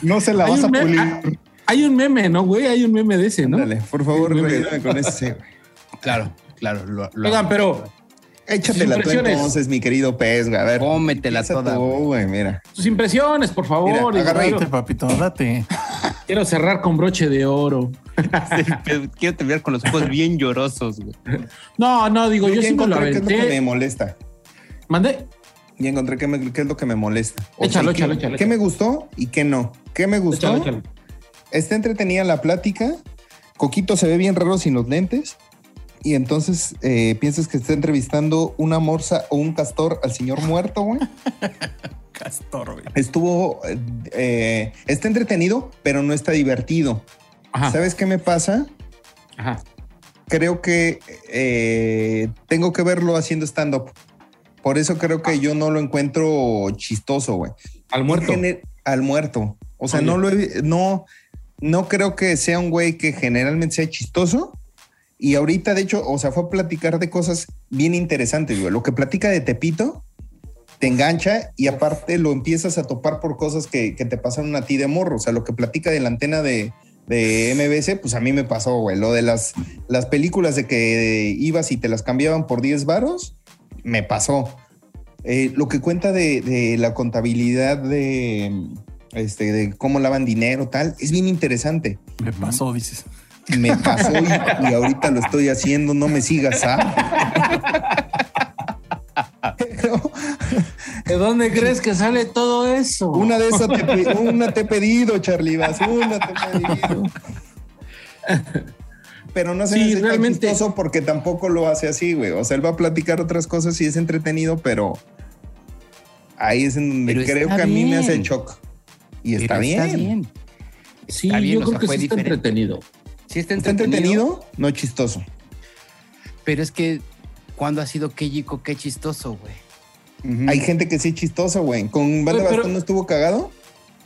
S6: No se la
S4: Hay
S6: vas a
S4: un, meme,
S6: pulir.
S5: Ah,
S4: hay- hay un meme, ¿no, güey? Hay un meme de ese, ¿no?
S5: Ándale, por favor,
S4: Muy bien.
S5: ayúdame con ese. güey.
S2: Claro, claro. Lo, lo
S4: Oigan,
S2: hago.
S4: pero
S5: Échatela tú
S4: Impresiones.
S5: entonces, mi querido pez, güey, a ver.
S2: Cómetela
S5: piensa
S2: toda,
S5: tú,
S2: güey.
S5: güey, mira.
S4: sus impresiones, por favor.
S5: Mira,
S4: y
S5: agarra
S4: quiero-
S3: Date, papito, date.
S4: quiero cerrar con broche de oro.
S2: Quiero terminar con los ojos bien llorosos, güey.
S4: No, no, digo, yo
S5: ya
S4: sí me lo
S5: encontré qué es lo que me
S4: aventé.
S5: molesta.
S4: Mandé.
S5: Ya encontré qué, me- qué es lo que me molesta.
S4: Échalo,
S5: qué-
S4: échalo, échalo,
S5: ¿Qué
S4: échalo.
S5: me gustó y qué no? ¿Qué me gustó?
S4: Échalo, échalo.
S5: Está entretenida la plática. Coquito se ve bien raro sin los lentes. Y entonces eh, piensas que está entrevistando una morsa o un castor al señor
S4: <laughs>
S5: muerto, güey.
S3: Castor, güey.
S5: Estuvo. eh, eh, está entretenido, pero no está divertido.
S4: Ajá,
S5: ¿Sabes qué me pasa?
S4: ajá.
S5: Creo que eh, tengo que verlo haciendo stand-up. Por eso creo que yo no lo encuentro chistoso, güey.
S4: Al muerto.
S5: En gener- al muerto. O sea,
S4: Oye.
S5: no lo he- no, no creo que sea un güey que generalmente sea chistoso. Y ahorita, de hecho, o sea, fue a platicar de cosas bien interesantes, güey. Lo que platica de Tepito te engancha y aparte lo empiezas a topar por cosas que, que te pasaron a ti de morro. O sea, lo que platica de la antena de, de MBC, pues a mí me pasó, güey. Lo de las, las películas de que ibas y te las cambiaban por 10 varos, me pasó. Eh, lo que cuenta de, de la contabilidad de, este, de cómo lavan dinero, tal, es bien interesante.
S3: Me pasó, dices.
S5: Me pasó y, y ahorita lo estoy haciendo, no me sigas, ¿ah? Pero
S4: ¿De dónde crees que sale todo eso?
S5: una de esas, te, pe- una te he pedido, Charlie Vas, una te he pedido. Pero no se
S4: Sí,
S5: me hace tan
S4: realmente.
S5: chistoso porque tampoco lo hace así, güey. O sea, él va a platicar otras cosas y es entretenido, pero ahí es en donde
S2: Pero está
S5: creo que a mí me hace
S2: bien.
S5: shock. Y
S2: Pero
S5: está, bien.
S4: sí,
S2: está bien,
S4: yo
S2: o
S4: creo
S2: sea,
S4: que sí
S2: fue
S4: está
S2: diferente.
S4: entretenido.
S2: Sí está
S5: Está
S2: entretenido,
S5: entretenido, no chistoso.
S2: pero es que cuando ha sido Keiko, qué chistoso, güey.
S6: Ujú.
S5: Hay gente que sí es chistoso, güey. Con Banda
S4: Pero-
S5: Bastón no estuvo cagado.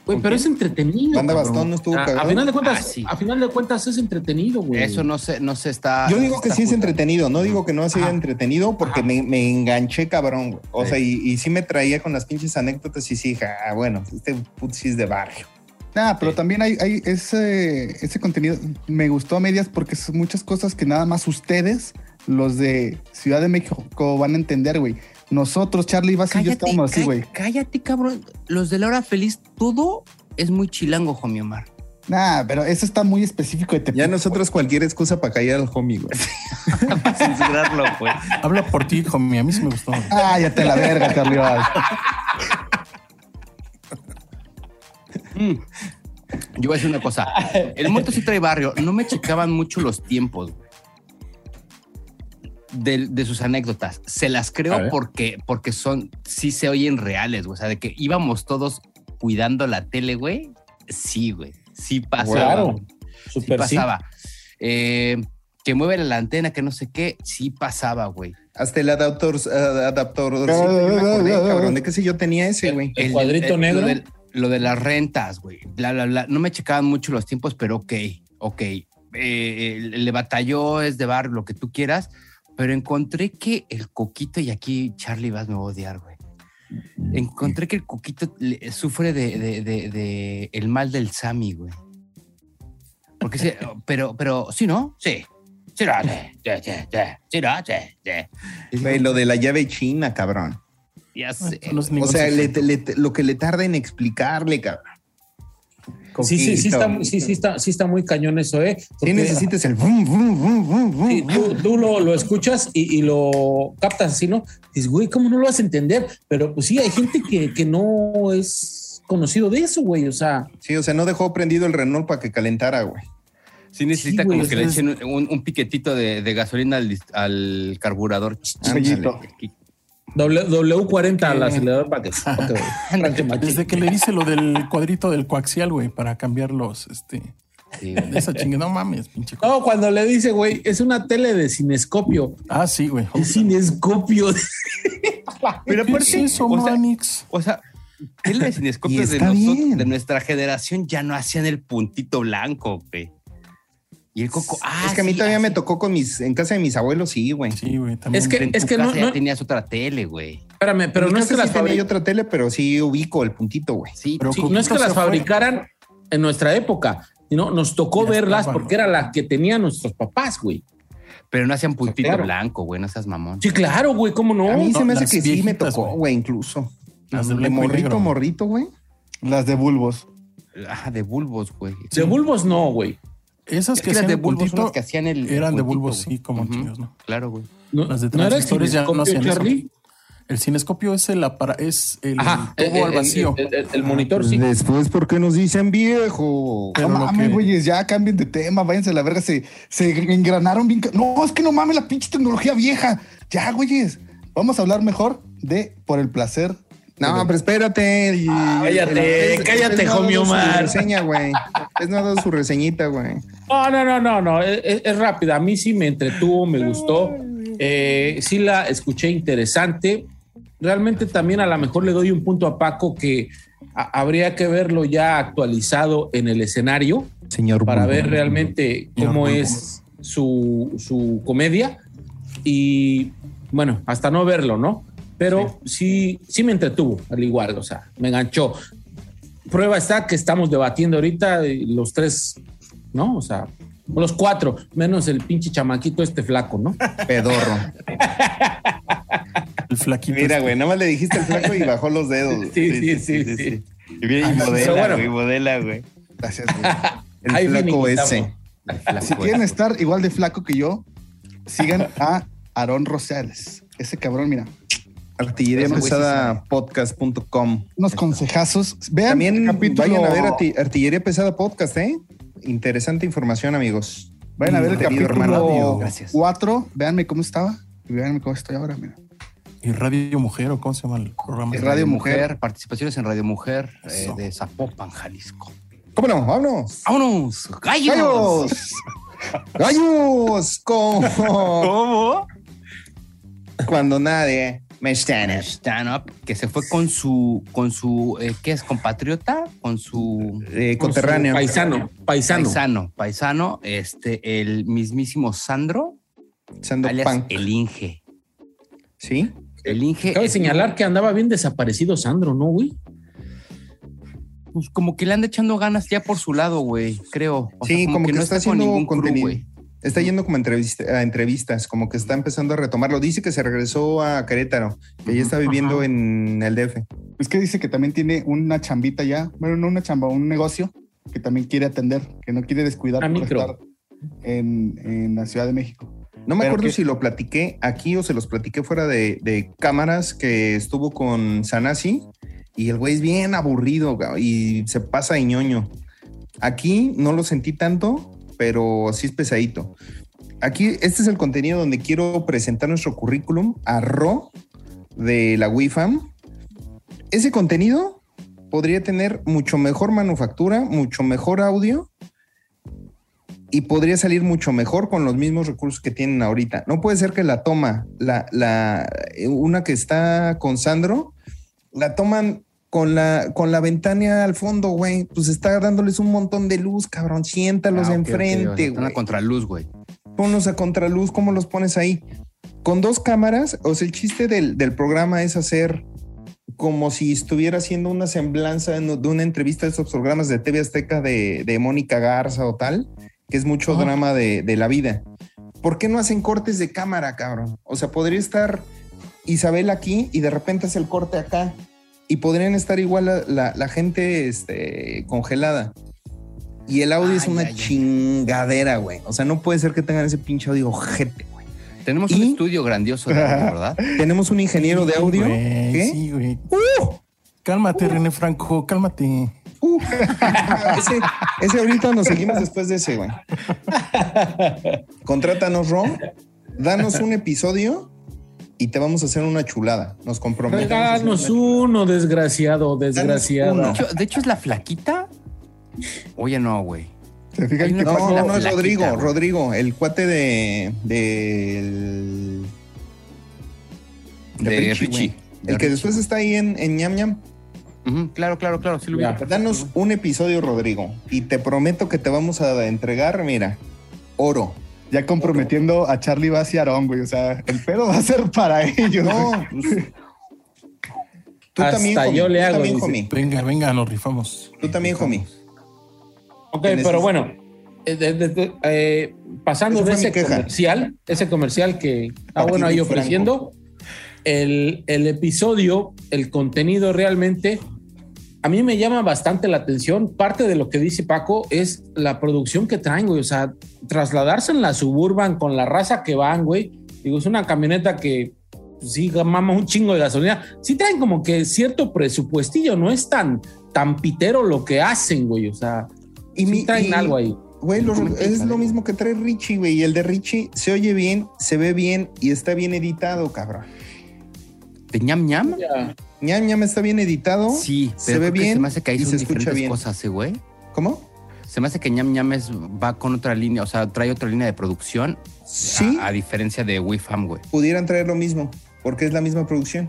S4: Güey, pero es entretenido.
S5: Banda
S4: cabrón.
S5: Bastón no estuvo
S4: A, a
S5: cagado.
S4: final de cuentas,
S2: Ah, sí.
S4: a final de cuentas es entretenido, güey.
S2: Eso no se, no se está.
S5: Yo
S2: no
S5: digo
S2: se Ah,
S5: que
S2: está
S5: sí es
S2: juzgando.
S5: entretenido, no digo que no ha sido
S4: Ajá.
S5: entretenido porque
S4: Ajá.
S5: me, me enganché cabrón, güey. O
S4: Sí.
S5: sea, y, y sí me traía con las pinches anécdotas y sí, dije, ah, bueno, este putz sí es de barrio.
S6: Nah, Ah, pero también hay, hay ese, ese contenido. Me gustó a medias porque son muchas cosas que nada más ustedes, los de Ciudad de México, van a entender, güey. Nosotros, Charlie Vaz y yo
S2: Cállate,
S6: estábamos así,
S2: cá-
S6: güey.
S2: cállate, cabrón. Los de la hora feliz, todo es muy chilango, homie Omar.
S6: Nah, pero eso está muy específico de Tepito.
S5: Ya nosotros cualquier excusa para callar al homie, güey.
S2: Censurarlo, pues.
S3: Habla por ti, homie. A mí sí me gustó. güey.
S6: Cállate la verga, Charlie
S3: <laughs>
S6: Vaz.
S2: Yo voy a decir una cosa. El muerto sí trae barrio. No me checaban mucho los tiempos güey. de, de sus anécdotas. Se las
S4: A
S2: creo
S4: ver.
S2: porque, porque son, sí se oyen reales, güey. O sea, de que íbamos todos cuidando la tele, güey. Sí, güey. Sí pasaba.
S4: Claro.
S2: güey. Sí
S4: Super sí.
S2: pasaba. Eh, que mueve la antena, que no sé qué. Sí pasaba, güey.
S5: Hasta el adaptor, ad- adaptadorcito, yo me acordé, cabrón, de qué sé yo tenía ese, güey.
S4: El cuadrito negro.
S2: eh, Lo de, lo de las rentas, güey. Bla, bla, bla. No me checaban mucho los tiempos, pero ok, ok. Eh, le- le batalló, es de bar, lo que tú quieras. Pero encontré que el coquito, y aquí Charlie vas me va a odiar, güey. Encontré que el coquito le- eh, sufre de, de- de- de el mal del Sami, güey. Porque
S4: <laughs>
S2: sí, pero, pero, sí, ¿no? Sí. Sí, no, sí, sí, sí, sí, sí, no, sí, sí.
S5: Güey, Lo de la llave china, cabrón.
S2: Ya sé.
S3: No es
S5: O
S3: ningún
S5: sea, le-
S3: secreto.
S5: le- lo que le tarda en explicarle, cabrón.
S4: Sí, sí, sí
S5: Coquito.
S4: está, sí, sí está, sí está muy cañón eso, ¿eh?
S5: Sí
S4: Porque-
S5: necesitas el boom, boom, boom, boom, boom,
S4: Sí,
S5: boom.
S4: tú, tú lo, lo escuchas y, y lo captas así, ¿no? Dices, güey, ¿cómo no lo vas a entender? Pero pues sí, hay gente que, que no es conocido de eso, güey. O sea,
S5: Sí, o sea, no dejó prendido el Renault para que calentara, güey.
S2: Sí necesita
S4: Sí, güey,
S2: como que le
S4: es-
S2: echen un, un- un piquetito de, de gasolina al, dis- al carburador.
S6: Sellito.
S4: W, W40 al acelerador para que. para que- para que machín.
S3: Desde que le hice lo del cuadrito del coaxial, güey, para cambiar los, este,
S2: Sí,
S3: <laughs> de esa chingada. No mames, pinche. co-
S4: No, cuando le dice, güey, es una tele de cinescopio.
S3: Ah, sí, güey.
S4: Es cinescopio.
S2: Pero
S3: ¿Qué
S2: por
S3: es
S2: sí,
S3: eso,
S2: o sea,
S3: Manix?
S2: o sea, el
S5: Y
S2: cinescopio de,
S5: está
S2: nosotros-
S5: bien.
S2: de nuestra generación ya no hacían el puntito blanco, güey. Y el coco. Ah,
S5: es que a mí
S2: sí,
S5: todavía
S2: ah,
S5: me
S2: sí.
S5: tocó con mis, en casa de mis abuelos, sí, güey.
S3: Sí, güey, también.
S4: Es que-
S2: En tu
S4: no-
S2: casa ya
S4: no-
S2: tenías otra tele, güey.
S4: Espérame, pero
S5: En mi
S4: no es
S5: casa
S4: que
S5: sí
S4: las
S5: tenía yo
S4: fabri-
S5: otra tele, pero sí ubico el puntito, güey.
S2: Sí,
S3: Pero
S2: sí,
S4: sí, no es que las fabricaran en nuestra época, sino nos tocó
S3: Ya
S4: verlas
S3: estaban,
S4: porque
S3: ¿no?
S4: era la que tenían nuestros papás, güey.
S2: pero no hacían puntito
S4: Claro.
S2: blanco, güey. No seas mamón.
S4: Sí, claro, güey, ¿cómo no?
S5: a mí se
S3: no,
S5: me hace
S3: las
S5: que sí me
S3: viejitas,
S5: tocó,
S3: güey.
S5: güey, incluso.
S3: Las de
S5: De
S3: blanco y
S5: morrito,
S3: negro.
S5: morrito, güey.
S6: Las de bulbos.
S2: Ah, de bulbos, güey.
S4: De bulbos no, güey.
S3: Esas
S2: Es
S3: que,
S2: que las
S3: hacían
S2: de
S3: el
S2: bulbos son
S3: puntito
S2: las que hacían el. el
S3: eran de
S2: puntito,
S3: bulbos,
S2: güey.
S3: sí, como
S2: Ujú,
S3: chinos, ¿no?
S2: Claro, güey.
S4: No,
S3: Las de
S4: ¿no era
S3: transistores ya no
S4: cinescopio,
S3: hacían eso.
S4: Charlie?
S3: El cinescopio es el, apara- es el
S4: Ajá,
S3: tubo
S4: el-
S3: al
S4: el-
S3: vacío.
S4: el- el- el
S5: Ah,
S4: monitor, sí.
S5: Después, ¿por qué nos dicen viejo?
S3: Pero
S6: no
S3: lo
S6: mames,
S3: que-
S6: güeyes, ya cambien de tema, váyanse a la verga, se, se engranaron bien. ca- No, es que no mames la pinche tecnología vieja. Ya, güeyes, vamos a hablar mejor de por el placer.
S5: No, pero espérate. y-
S4: cállate,
S5: el-
S4: cállate,
S5: Pez no ha dado
S4: homie
S5: su
S4: Omar.
S5: Reseña, güey. Es no ha dado su reseñita, güey.
S4: No, no, no, no, no. Es, es- es rápida. A mí sí me entretuvo, me gustó. Eh, sí la escuché interesante. Realmente también a lo mejor le doy un punto a Paco que a- habría que verlo ya actualizado en el escenario
S5: Señor.
S4: para ver realmente
S3: Señor
S4: cómo
S3: Bulbo.
S4: es su, su comedia. Y bueno, hasta no verlo, ¿no? Pero sí. sí, me entretuvo, al igual, o sea, me enganchó. Prueba está que estamos debatiendo ahorita eh, los tres, ¿no? O sea, los cuatro, menos el pinche chamaquito este flaco, ¿no?
S5: Pedorro.
S3: El flaquito.
S5: Mira,
S3: este.
S5: güey, nada más le dijiste el flaco y bajó los dedos. güey.
S4: Sí, sí, sí, sí.
S5: Y bien, y
S4: pero
S5: modela,
S4: bueno.
S5: güey, modela, güey.
S6: Gracias, güey.
S5: El
S4: Ahí
S5: flaco
S4: finiquitamos.
S5: ese.
S4: El flaco
S6: Si
S4: ese.
S6: quieren estar igual de flaco que yo,
S5: <laughs>
S6: sigan a Aarón Rosales. Ese cabrón, mira,
S5: Artillería
S6: Ese güey sí
S5: pesada podcast.com.
S6: unos consejazos. Vean
S5: También
S6: el capítulo,
S5: vayan a ver arti- Artillería pesada podcast, ¿eh? Interesante información, amigos.
S6: vayan a ver el
S5: Querido
S6: capítulo
S5: hermano.
S2: Gracias.
S6: 4. Véanme cómo estaba y véanme cómo estoy ahora, mira.
S3: Y Radio Mujer, ¿o cómo se llama el programa?
S6: Es Radio Mujer.
S2: participaciones en Radio Mujer eh,
S3: Eso.
S2: de Zapopan, Jalisco.
S5: ¿Cómo no? Vámonos.
S2: ¡Vámonos! ¡Gallos!
S5: ¡Gallos! ¡Gallos! Con... <laughs>
S3: ¿Cómo?
S5: Cuando nadie me stand
S2: Stand up, que se fue con su, con su, eh, ¿qué es? ¿Compatriota? Con su
S5: Eh, conterráneo.
S4: Paisano, paisano.
S2: paisano, paisano, este, el mismísimo Sandro,
S5: Sando
S2: alias E.
S5: Punk.
S2: el Inge.
S5: ¿Sí?
S2: El Inge.
S4: Cabe
S2: es-
S4: señalar que andaba bien desaparecido Sandro, ¿no, güey?
S2: pues, como que le anda echando ganas ya por su lado, güey, creo. O
S5: Sí, como que está
S2: con
S5: haciendo
S2: ningún crew,
S5: contenido.
S2: güey.
S5: Está yendo como a, entrevista- a entrevistas, como que está empezando a retomarlo. Dice que se regresó a Querétaro, que ya está viviendo en el DF.
S6: Es que dice que también tiene una chambita ya, bueno, no una chamba, un negocio que también quiere atender, que no quiere descuidar
S4: Una
S6: por
S4: micro.
S6: estar en, en la Ciudad de México.
S5: No me
S6: Pero
S5: acuerdo
S6: que-
S5: si lo platiqué aquí o se los platiqué fuera de, de cámaras que estuvo con Sanasi y el güey es bien aburrido ga- y se pasa de ñoño. Aquí no lo sentí tanto, pero sí es pesadito. Aquí, este es el contenido donde quiero presentar nuestro currículum a Ro de la WIFAM. Ese contenido podría tener mucho mejor manufactura, mucho mejor audio y podría salir mucho mejor con los mismos recursos que tienen ahorita. No puede ser que la toma, la, la, eh, una que está con Sandro, la toman con la, con la ventana al fondo, güey. Pues está dándoles un montón de luz, cabrón. Siéntalos
S2: Ah, ok, ok, o sea,
S5: enfrente,
S2: está en
S5: güey
S2: la contraluz, güey.
S5: ponlos a contraluz, ¿cómo los pones ahí? Con dos cámaras, o sea, el chiste del, del programa es hacer como si estuviera haciendo una semblanza en- de una entrevista de estos programas de TV Azteca de, de Mónica Garza o tal, que es mucho drama de, de la vida. ¿Por qué no hacen cortes de cámara, cabrón? O sea, podría estar Isabel aquí y de repente hace el corte acá y podrían estar igual la, la- la gente este, congelada. Y el audio es
S2: Ay,
S5: una
S2: ay, ay.
S5: chingadera, güey. O sea, no puede ser que tengan ese pinche audio ojete, güey.
S2: Tenemos un
S5: ¿Y?
S2: estudio grandioso, de audio,
S5: <laughs>
S2: ¿verdad?
S5: Tenemos un ingeniero de audio.
S3: Güey,
S5: ¿Qué?
S3: Sí, güey. Cálmate, René Franco, cálmate.
S5: Uh, ese, ese ahorita nos seguimos después de ese, güey. Contrátanos, Ron. Danos un episodio y te vamos a hacer una chulada. Nos comprometemos. a hacer
S4: Regálanos
S5: una chulada.
S4: uno, desgraciado,
S2: De
S4: desgraciado.
S2: hecho, de hecho, es la flaquita. Oye, no, güey.
S6: ¿Se fijan
S2: Hay
S6: que
S2: una-
S6: Paco-
S5: No, no es
S2: La
S5: Rodrigo,
S2: quita, güey.
S5: Rodrigo, el cuate de. del-
S2: De,
S5: Richie,
S2: Richie.
S5: güey.
S2: De
S5: el que
S2: Richie.
S5: después está ahí en, en ñam ñam.
S2: Ujú, claro, claro, claro. Sí, lo
S4: Ya.
S2: ubico.
S5: Danos un episodio, Rodrigo, y te prometo que te vamos a entregar, mira, oro.
S6: Ya comprometiendo a Charlie Bass y Aarón, güey. O sea, el pedo va a ser para <laughs> ellos.
S5: No,
S6: güey.
S5: pues, tú
S4: Hasta
S5: también,
S4: yo
S5: homie,
S4: le
S5: tú
S4: hago,
S5: También,
S4: dice.
S5: homie,
S3: Venga, venga, nos rifamos.
S5: tú también, homie.
S4: Ok,
S5: en
S4: pero
S5: esos-
S4: bueno, eh, de- de- de- eh, pasando
S5: Esa
S4: de
S5: fue mi
S4: ese
S5: queja.
S4: comercial, ese comercial que está bueno ahí
S5: Partido franco.
S4: ofreciendo, el, el episodio, el contenido realmente a mí me llama bastante la atención. Parte de lo que dice Paco es la producción que traen, güey. O sea, trasladarse en la suburban con la raza que van, güey. Digo, es una camioneta que pues, sí mama un chingo de gasolina. Sí traen como que cierto presupuestillo, no es tan, tan pitero lo que hacen, güey. O sea,
S5: Y
S4: sí
S5: mi-
S4: traen
S5: y-
S4: algo ahí.
S5: Güey,
S4: Y
S5: lo-
S4: comenta,
S5: es
S4: dale.
S5: lo mismo que trae Richie, güey. Y el de Richie se oye bien, se ve bien y está bien editado, cabrón.
S2: ¿De ñam ñam?
S4: Ya.
S5: Ñam Ñam está bien editado.
S2: Sí, pero
S5: se ve
S2: creo que
S5: bien
S2: se me hace que ahí
S5: y se
S2: son
S5: escucha
S2: diferentes
S5: bien.
S2: cosas, ¿eh, güey.
S5: ¿Cómo?
S2: Se me hace que ñam ñam es, va con otra línea, o sea, trae otra línea de producción.
S5: Sí,
S4: Ah,
S2: A, a diferencia de WeFam, güey.
S5: pudieran traer lo mismo, porque es la misma producción.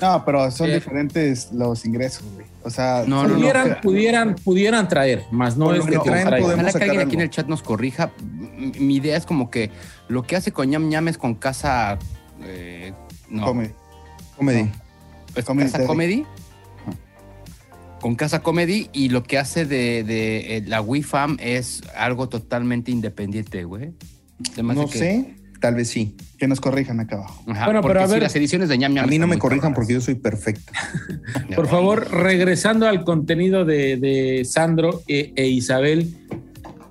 S6: No, pero son
S4: Eh.
S6: diferentes los ingresos, güey. O sea,
S2: No,
S6: son-
S2: no, no.
S4: pudieran, pudieran, pudieran traer, más no
S5: Con
S4: es
S5: lo
S4: de
S5: que
S4: que
S5: traen
S4: traigan.
S5: podemos
S2: Ojalá que
S5: sacar
S2: alguien aquí en
S5: algo.
S2: el chat nos corrija. M- Mi idea es como que lo que hace con ñam ñam es con casa. eh, no,
S6: Come.
S5: Comedy.
S2: es
S6: Comedy
S2: casa
S6: Theory.
S2: comedy. Con casa comedy y lo que hace de, de, eh, la WeFam es algo totalmente independiente, güey. Se me hace
S5: No
S2: que-
S5: sé, tal vez sí.
S6: Que nos corrijan acá abajo.
S2: Ajá,
S4: Bueno,
S2: porque
S4: pero a
S2: sí,
S4: ver-
S2: las ediciones de ñam ñam.
S5: A mí no
S2: están
S5: me
S2: muy
S5: corrijan
S2: cabronas.
S5: porque yo soy perfecto.
S4: Por favor, regresando al contenido de, de Sandro e, e Isabel,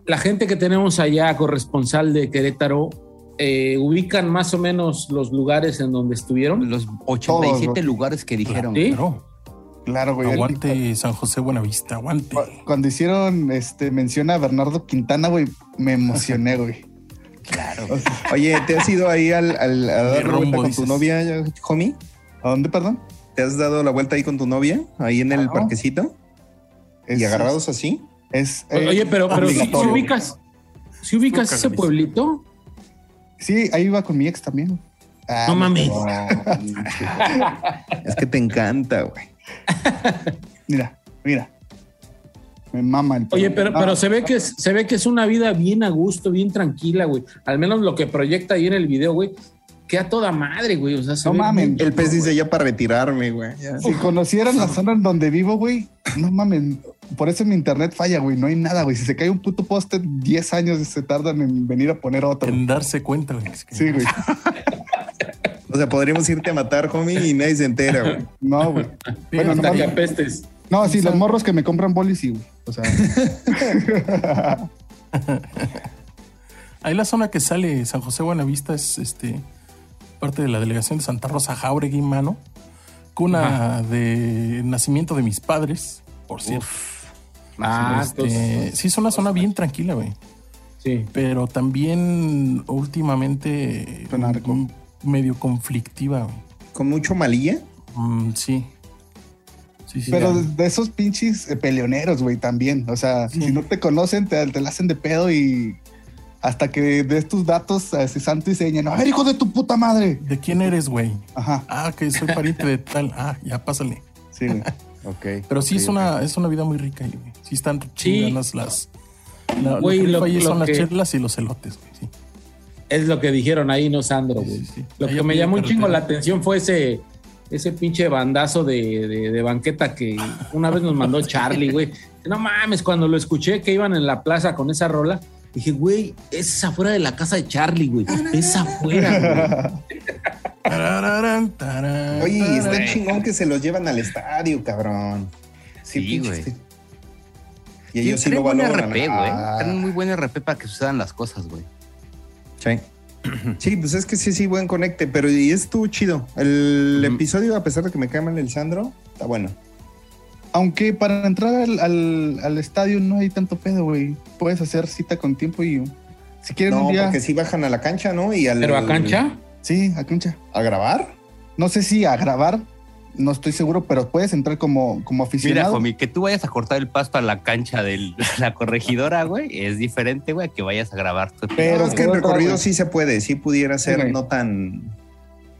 S4: la gente que tenemos allá, corresponsal de Querétaro, eh, ubican más o menos los lugares en donde estuvieron.
S2: Los 87
S6: Todos, güey.
S2: lugares que dijeron.
S4: ¿Sí?
S3: Claro.
S6: Claro, güey.
S3: Aguante San José Buenavista, aguante.
S6: Cu- Cuando hicieron este, mención a Bernardo Quintana, güey, me emocioné, güey.
S5: Oye, ¿te has ido ahí al,
S4: <laughs>
S5: al- a
S3: De
S5: dar la vuelta
S3: rumbo,
S5: con
S3: dices.
S5: tu novia, homie?
S6: ¿A dónde, perdón?
S5: ¿Te has dado la vuelta ahí con tu novia? Ahí en el
S6: Claro.
S5: parquecito.
S6: Es-
S5: Y agarrados así.
S6: Es, eh,
S4: Oye, pero, pero si,
S6: obligatorio.
S4: ubicas, si ubicas
S3: Nunca
S4: ese
S3: lo hice.
S4: pueblito,
S6: Sí, ahí iba con mi ex también. Ah,
S4: No mames.
S6: pero-
S5: Es que te encanta, güey.
S6: Mira, mira. Me mama el
S4: oye,
S6: pelo.
S4: pero,
S6: Ah,
S4: pero se ve que es, se ve que es una vida bien a gusto, bien tranquila, güey. Al menos lo que proyecta ahí en el video, güey, que a toda madre, güey. O sea, se
S6: No
S4: ve
S6: mamen.
S4: muy-
S5: El pez dice ya para retirarme, güey. Ya.
S6: Si conocieran la zona en donde vivo, güey, no mames. Por eso mi internet falla, güey. No hay nada, güey. Si se cae un puto poste, 10 años se tardan en venir a poner otro.
S3: En darse cuenta, güey. Es que-
S6: Sí, güey.
S5: O sea, podríamos irte a matar, homie, y nadie se entera, güey.
S6: No, güey. Bueno,
S4: Hasta
S6: nomás-
S4: que apestes.
S6: no, sí, los morros que me compran bolis, sí, güey. O sea,
S3: Ahí la zona que sale San José Buenavista es este parte de la delegación de Santa Rosa Jauregui, mano. Cuna de nacimiento de mis padres, por cierto.
S4: Ah,
S3: Este,
S4: entonces-
S3: sí, es una zona bien tranquila, güey.
S4: sí.
S3: Pero también últimamente
S6: Con arco.
S3: m- medio conflictiva, güey.
S5: Con mucho malilla.
S3: Mm, sí. Sí, sí.
S6: pero
S3: ya.
S6: de esos pinches eh, peleoneros, güey, también. O sea,
S3: Sí.
S6: si no te conocen, te, te la hacen de pedo y hasta que des tus datos, así santo y seña. No, a ver, hijo de tu puta madre.
S3: ¿De quién eres, güey?
S6: Ajá,
S3: Ah, que soy pariente de tal. Ah, ya pásale.
S6: sí, güey.
S5: Ok.
S3: Pero sí es una es una vida muy rica, ahí, güey. Sí están chingadas las la-
S4: Güey,
S3: lo que
S4: lo-
S3: rifa ahí
S4: lo
S3: son las
S4: que-
S3: chelas y los elotes, güey. Sí.
S4: Es lo que dijeron ahí, no
S5: Oh,
S4: Sandro, güey.
S3: Sí, sí, sí.
S4: Lo
S3: Ahí
S4: que me
S3: en
S4: llamó un
S3: carretera.
S4: chingo la atención fue ese, ese pinche bandazo de, de- de banqueta que una vez nos mandó Charlie, güey. No mames, cuando lo escuché que iban en la plaza con esa rola, dije, güey, es afuera de la casa de Charlie, güey. Es afuera,
S3: Tarararán, tarán,
S5: Oye,
S6: Ah,
S5: y está
S3: tarán.
S5: chingón que se los llevan al estadio, cabrón.
S2: Sí,
S5: pinches
S2: güey.
S5: que- Y ellos sí
S2: Traen
S5: lo
S2: buen
S5: valoran.
S2: RP, güey.
S5: Ah,
S2: Traen muy buen RP para que sucedan las cosas, güey.
S5: sí. Sí, pues es que sí, sí, buen conecte, pero y estuvo chido. El
S2: Ujú.
S5: episodio, a pesar de que me cae mal el Sandro, está bueno.
S6: Aunque para entrar al, al- al estadio no hay tanto pedo, güey. Puedes hacer cita con tiempo y si quieren
S5: No,
S6: un día.
S5: porque sí bajan a la cancha, ¿no? Y al,
S4: Pero a cancha,
S6: Sí, a cancha.
S5: ¿A grabar?
S6: No sé si a grabar, no estoy seguro, pero puedes entrar como, como
S2: Mira,
S6: aficionado.
S2: Jomi, que tú vayas a cortar el pasto a la cancha de <laughs> la corregidora, güey, es diferente, güey, a que vayas a grabar tu
S6: Pero
S5: No, es que el
S6: todo,
S5: recorrido
S6: güey.
S5: sí se puede, sí pudiera ser
S6: Ok.
S5: no tan.
S6: No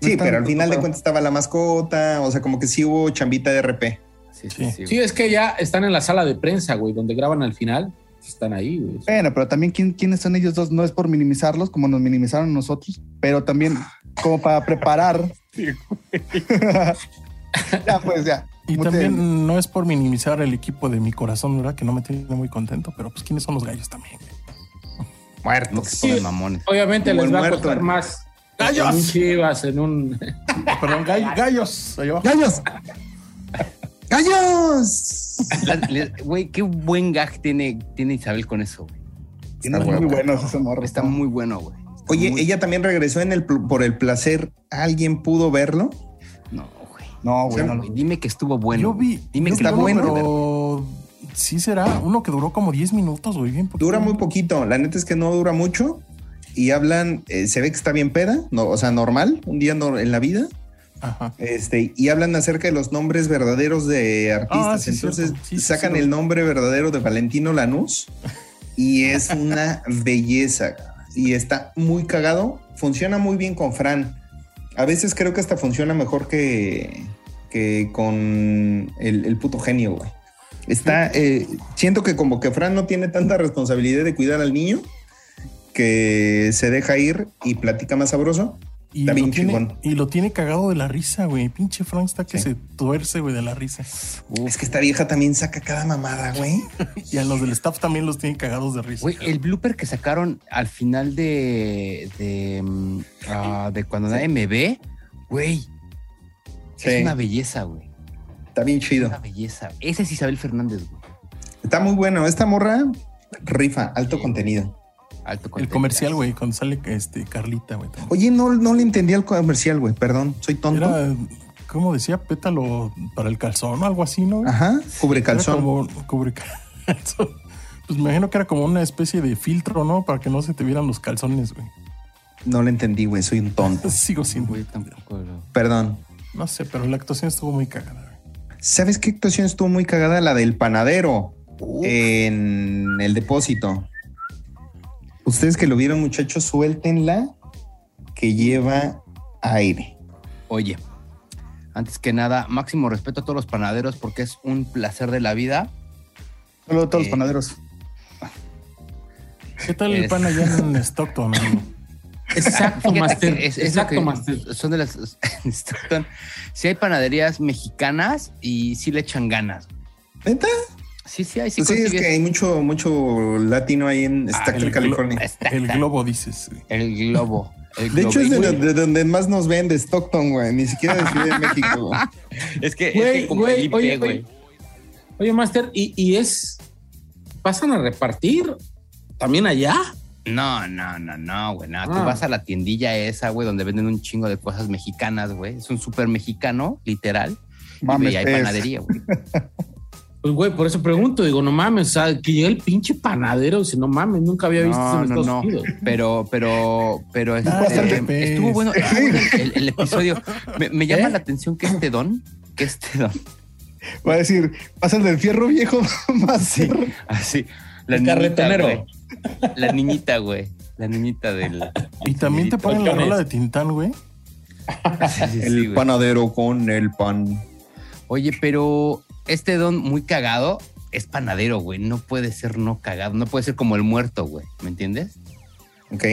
S5: Sí,
S6: tan
S5: pero al final de
S6: preocupado.
S5: cuentas estaba la mascota, o sea, como que sí hubo chambita de RP.
S2: Sí,
S3: Sí.
S4: sí, es que ya están en la sala de prensa, güey, donde graban al final. Están ahí, güey.
S5: Eh,
S6: Bueno, pero también ¿quién, quiénes son ellos dos, no es por minimizarlos como nos minimizaron nosotros, pero también como para preparar. <laughs> ya, pues ya.
S3: Y
S6: Mute.
S3: también no es por minimizar el equipo de mi corazón, ¿verdad? Que no me tiene muy contento, pero pues quiénes son los gallos también. güey?
S5: <laughs>
S2: No
S5: Muertos.
S2: se ponen mamones.
S4: Obviamente
S5: Como
S4: les
S5: el
S4: va a
S5: muerto,
S4: costar
S5: ¿no?
S4: más.
S3: ¡Gallos!
S2: <laughs>
S4: En un Chivas, en un.
S3: Perdón, gall- gallos. allá abajo.
S5: ¡Gallos! ¡Gallos!
S2: Las- le- Güey, qué buen gag tiene, tiene Isabel con eso, güey.
S6: Tiene
S5: Está
S6: muy
S5: guapa.
S6: buenos ese morro.
S2: Está muy bueno, güey. Está
S5: Oye,
S2: muy-
S5: ella también regresó en el pl- por el placer. ¿Alguien pudo verlo?
S2: No, güey.
S6: No, güey. no
S2: No,
S6: lo-
S2: güey, Dime que estuvo bueno.
S3: yo
S2: güey.
S3: vi.
S2: Dime
S3: yo
S2: que
S3: vi
S2: está
S3: uno,
S2: bueno.
S3: Pero sí será uno que duró como 10 minutos, güey. Bien poquito.
S5: Dura muy poquito. La neta es que no dura mucho y hablan. eh, se ve que está bien peda, no, o sea, normal, un día nor- en la vida.
S3: Ajá.
S5: Este, y hablan acerca de los nombres verdaderos de artistas.
S3: Ah, sí,
S5: Entonces
S3: cierto. Sí, sí,
S5: sacan
S3: cierto.
S5: el nombre verdadero de Valentino Lanús y es
S3: <laughs>
S5: una belleza. Y está muy cagado. Funciona muy bien con Fran. A veces creo que hasta funciona mejor que, que con el, el puto genio, güey.
S3: <laughs>
S5: Está, eh, siento que como que Fran no tiene tanta responsabilidad de cuidar al niño que se deja ir y platica más sabroso.
S3: Y
S5: Está
S3: lo,
S5: bien
S3: tiene,
S5: chingón.
S3: y lo tiene cagado de la risa, güey. Pinche Frank está que
S5: Sí.
S3: se tuerce, güey, de la risa.
S5: Es que esta vieja también saca cada mamada, güey.
S3: Y a los del staff también los tiene cagados de risa.
S2: Güey, el blooper que sacaron al final de. de, mm, ah, de cuando nadie me ve, güey. Es
S5: Sí.
S2: una belleza, güey.
S5: Está bien
S2: Es
S5: chido.
S2: una belleza. Ese es Isabel Fernández, güey.
S5: Está muy bueno. Esta morra rifa, alto contenido.
S2: Alto
S3: El
S2: contenido.
S3: comercial, güey, cuando sale este, Carlita, güey. también.
S5: Oye, no, no le entendí al comercial, güey. Perdón, soy tonto.
S3: Era, ¿cómo decía? Pétalo para el calzón o algo así, ¿no? güey?
S5: Ajá, cubre
S3: Era
S5: calzón.
S3: como cubre calzón. Pues me imagino que era como una especie de filtro, ¿no? Para que no se te vieran los calzones, güey.
S5: No le entendí, güey. Soy un tonto.
S3: Sigo sin,
S2: Güey, tampoco lo-
S5: Perdón.
S3: No sé, pero la actuación estuvo muy cagada, güey.
S5: ¿Sabes qué actuación estuvo muy cagada? La del panadero en el depósito. Ustedes que lo vieron, muchachos, suéltenla que lleva aire.
S2: Oye, antes que nada, máximo respeto a todos los panaderos porque es un placer de la vida.
S6: Solo todos
S2: Eh,
S6: los panaderos.
S3: ¿Qué tal el
S2: Es-
S3: pan allá en
S2: <laughs>
S3: Stockton, amigo?
S4: Exacto,
S2: Fíjate
S4: Master.
S2: que es- es lo
S4: Exacto,
S2: que
S4: Master.
S2: Son de las. <laughs> Stockton. Sí hay panaderías mexicanas y sí le echan ganas.
S5: ¿Neta?
S2: Sí, sí hay. Sí,
S5: Pues Sí, es
S2: consigues-
S5: que hay mucho, mucho latino ahí en Stockton,
S3: Ah, el-
S5: California.
S2: Está-
S3: El globo, dices. güey.
S2: El globo. el
S5: De hecho, es
S2: globo.
S5: de,
S2: Güey,
S5: la- de donde más nos ven de Stockton, güey. Ni siquiera de
S2: <laughs>
S5: Ciudad de México. güey.
S2: Es que, es
S4: Güey,
S2: que como
S4: güey,
S2: Felipe,
S4: oye,
S2: güey.
S4: oye. Oye, Master, ¿y, y es. ¿Pasan a repartir también allá?
S2: No, no, no, no, güey. No, tú
S4: Ah.
S2: vas a la tiendilla esa, güey, donde venden un chingo de cosas mexicanas, güey. Es un súper mexicano, literal. Y,
S6: Mames,
S2: güey, hay
S6: es-
S2: panadería, güey.
S4: Pues, güey, por eso pregunto. Digo, no mames, o sea, que llegue el pinche panadero. Dice, no mames, nunca había visto eso
S2: No,
S4: en
S2: no,
S4: Estados
S2: no.
S4: Unidos.
S2: Pero, pero, pero este,
S3: bastante
S2: estuvo
S3: pez.
S2: bueno estuvo bueno el, el episodio. Me, me llama la atención que este don, que este don,
S6: Va a decir, pasa el del fierro viejo, <laughs> más
S2: así. Ah, La
S4: El
S2: niñita,
S4: carretonero.
S2: güey. La niñita, güey. La niñita
S4: <laughs>
S2: del.
S3: Y también te ponen la
S4: Oigan,
S3: rola
S4: es-
S3: de Tintán, güey.
S2: Sí, sí,
S5: el
S2: sí, güey.
S5: panadero con el pan.
S2: Oye, pero este don muy cagado es panadero, güey. No puede ser no cagado. No puede ser como el muerto, güey. ¿Me entiendes?
S5: ¿Ok?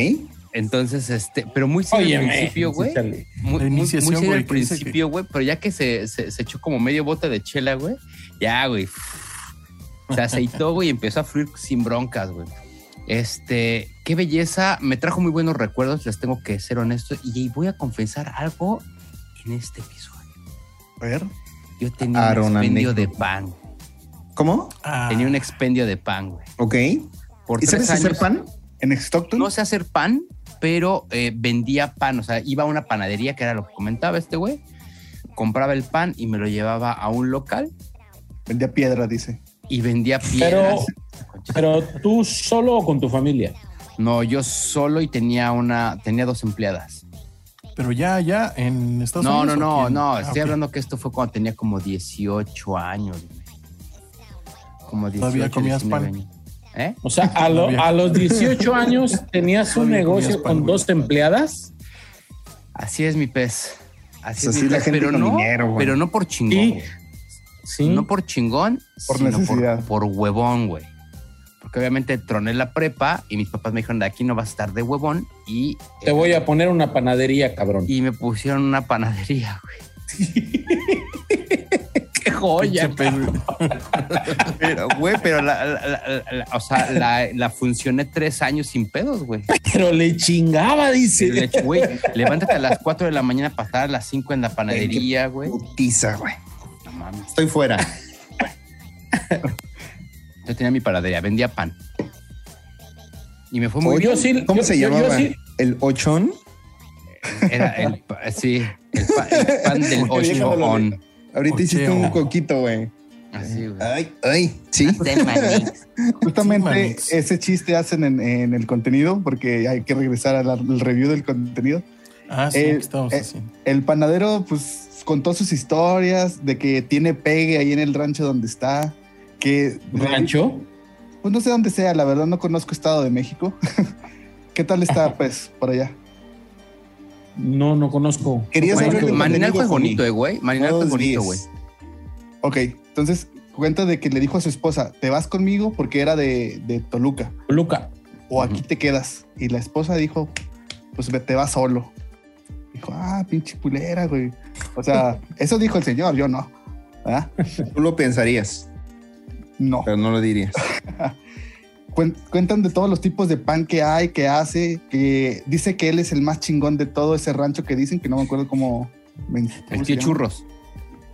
S2: Entonces, este, pero muy serio al
S4: Óyeme,
S2: principio, güey.
S4: chale.
S2: Muy,
S3: La
S2: muy- muy
S3: iniciación,
S2: serio
S3: güey,
S2: al
S3: que dice
S2: principio, güey. Pero ya que se, se- se echó como medio bote de chela, güey. Ya, güey. Se
S3: <laughs>
S2: aceitó, güey, y empezó a fluir sin broncas, güey. Este, qué belleza. Me trajo muy buenos recuerdos, les tengo que ser honesto. Y voy a confesar algo en este episodio.
S6: A ver.
S2: Yo tenía
S5: Aaron,
S2: un expendio de
S5: anécdota.
S2: pan.
S5: ¿Cómo?
S3: Ah,
S2: Tenía un expendio de pan, güey.
S5: ¿Ok?
S2: Por
S5: ¿Y
S2: tres
S5: sabes hacer
S2: años-
S5: pan?
S6: En Stockton.
S2: No sé hacer pan, pero eh, vendía pan. O sea, iba a una panadería, que era lo que comentaba este güey. Compraba el pan y me lo llevaba a un local
S6: Vendía piedra, dice.
S2: y vendía
S4: Pero,
S2: piedras.
S4: pero tú solo o con tu familia.
S2: No, yo solo y tenía una, tenía dos empleadas.
S3: Pero ya, ya en Estados
S2: No, no,
S3: Unidos. ¿o
S2: no,
S3: quién?
S2: no.
S3: Ah,
S2: Estoy
S3: ok.
S2: hablando que esto fue cuando tenía como 18 años. güey. Como 18,
S3: Todavía comías
S2: 19
S3: pan.
S2: años. ¿Eh?
S4: O sea, a, lo- a los 18 años tenías un
S3: Todavía comías
S4: negocio
S3: pan,
S4: con
S3: güey.
S4: dos empleadas.
S2: Así es mi pez. Así es
S5: Pues así
S2: mi
S5: la
S2: pez,
S5: gente
S2: pero
S5: con
S2: no,
S5: dinero, güey.
S2: pero no por chingón.
S4: Sí.
S2: güey.
S4: Sí.
S2: No por chingón,
S6: Por
S2: sino
S6: necesidad.
S2: Por, por huevón, güey. Porque obviamente troné la prepa y mis papás me dijeron, de aquí no vas a estar de huevón. Y,
S4: Te voy a poner una panadería, cabrón.
S2: y me pusieron una panadería, <laughs> güey.
S4: ¡Qué joya!
S3: Pinche pedo, güey.
S2: Pero, güey, pero la, la- la- la- la- o sea, la, la funcioné tres años sin pedos,
S4: <laughs>
S2: güey.
S4: Pero le chingaba,
S2: Pero le
S4: dice.
S2: eché, Güey, levántate a las 4 de la mañana para estar a las 5 en la panadería, güey.
S5: Putiza, güey.
S2: No mames.
S5: Estoy fuera.
S2: Yo tenía mi paradería, vendía pan. Y me fue <laughs> muy
S5: Ocho-
S2: bien.
S4: yo sí-
S5: ¿Cómo
S4: yo-
S5: se
S4: yo- yo
S5: llamaba?
S4: sí-
S5: ¿El ochón?
S2: Era el, pa- sí, el, pa- el pan del
S5: Oye, déjame lo
S2: ochoón.
S5: Ahorita
S3: Ocheo.
S5: hiciste un coquito, güey.
S2: Así, güey.
S5: Ay, ay, sí.
S2: Del Este maní.
S3: Sí,
S6: Justamente
S3: Manix.
S6: ese chiste hacen en, en el contenido, porque hay que regresar al- al review del contenido.
S3: Ah, sí,
S6: Eh,
S3: que estábamos
S6: eh,
S3: haciendo.
S6: El panadero, pues, contó sus historias de que tiene pegue ahí en el rancho donde está. Que
S4: Rancho.
S6: Pues no sé dónde sea, la verdad no conozco Estado de México. <laughs> ¿Qué tal está, pues, por allá?
S4: No, no conozco.
S5: Quería
S4: No
S5: saber
S4: conozco.
S5: del
S2: Maninalco
S5: contenido,
S2: es bonito,
S5: Juan.
S2: eh, güey.
S6: Oh,
S2: Maninalco es
S5: Todos
S2: bonito,
S5: diez.
S2: güey.
S6: Ok, entonces cuenta de que le dijo a su esposa, te vas conmigo porque era de, de Toluca,
S4: Luca.
S6: o aquí te quedas. Y la esposa dijo, pues ve- te vas solo. Dijo, ah, pinche culera, güey. O sea, eso dijo el señor, yo no. ¿Verdad?
S5: Tú lo pensarías,
S6: No.
S5: pero no
S2: <laughs>
S5: lo dirías.
S6: Cuen- Cuentan de todos los tipos de pan que hay, que hace, que dice que él es el más chingón de todo ese rancho que dicen, que no me acuerdo cómo... men-
S2: El
S6: cómo se
S2: tío
S6: llama.
S2: Churros.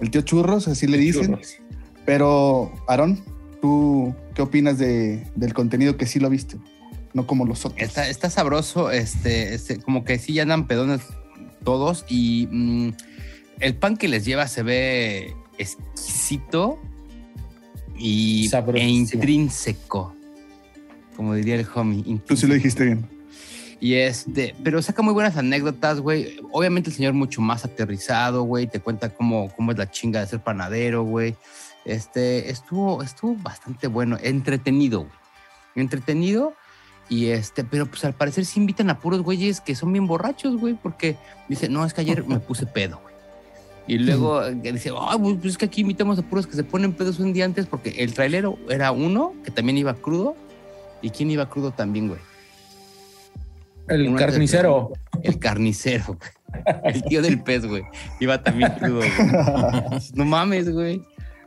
S6: El tío Churros, así le dicen.
S4: Churros.
S6: Pero, Aarón, ¿tú qué opinas de, del contenido que sí lo viste? No como los otros.
S2: Está, está sabroso, este, este, como que sí ya andan pedones todos y mm, el pan que les lleva se ve exquisito y, e
S4: Sabrosísimo.
S2: intrínseco, como diría el homie.
S6: Tú sí
S2: intrínseco.
S6: lo dijiste bien.
S2: Y este, pero saca muy buenas anécdotas, güey. Obviamente el señor mucho más aterrizado, güey. Te cuenta cómo, cómo es la chinga de ser panadero, güey. Este, estuvo, estuvo bastante bueno, entretenido, güey. Entretenido. Y este, pero pues al parecer sí invitan a puros güeyes que son bien borrachos, güey, porque dice, no, es que ayer me puse pedo, güey. Y luego eh, dice, ah, güey, pues es que aquí invitamos a puros que se ponen pedos un día antes, porque el trailero era uno que también iba crudo. ¿Y quién iba crudo también, güey?
S4: El
S2: Una
S4: carnicero.
S2: El carnicero, güey. El tío del pez, güey. Iba también crudo, güey. No mames, güey.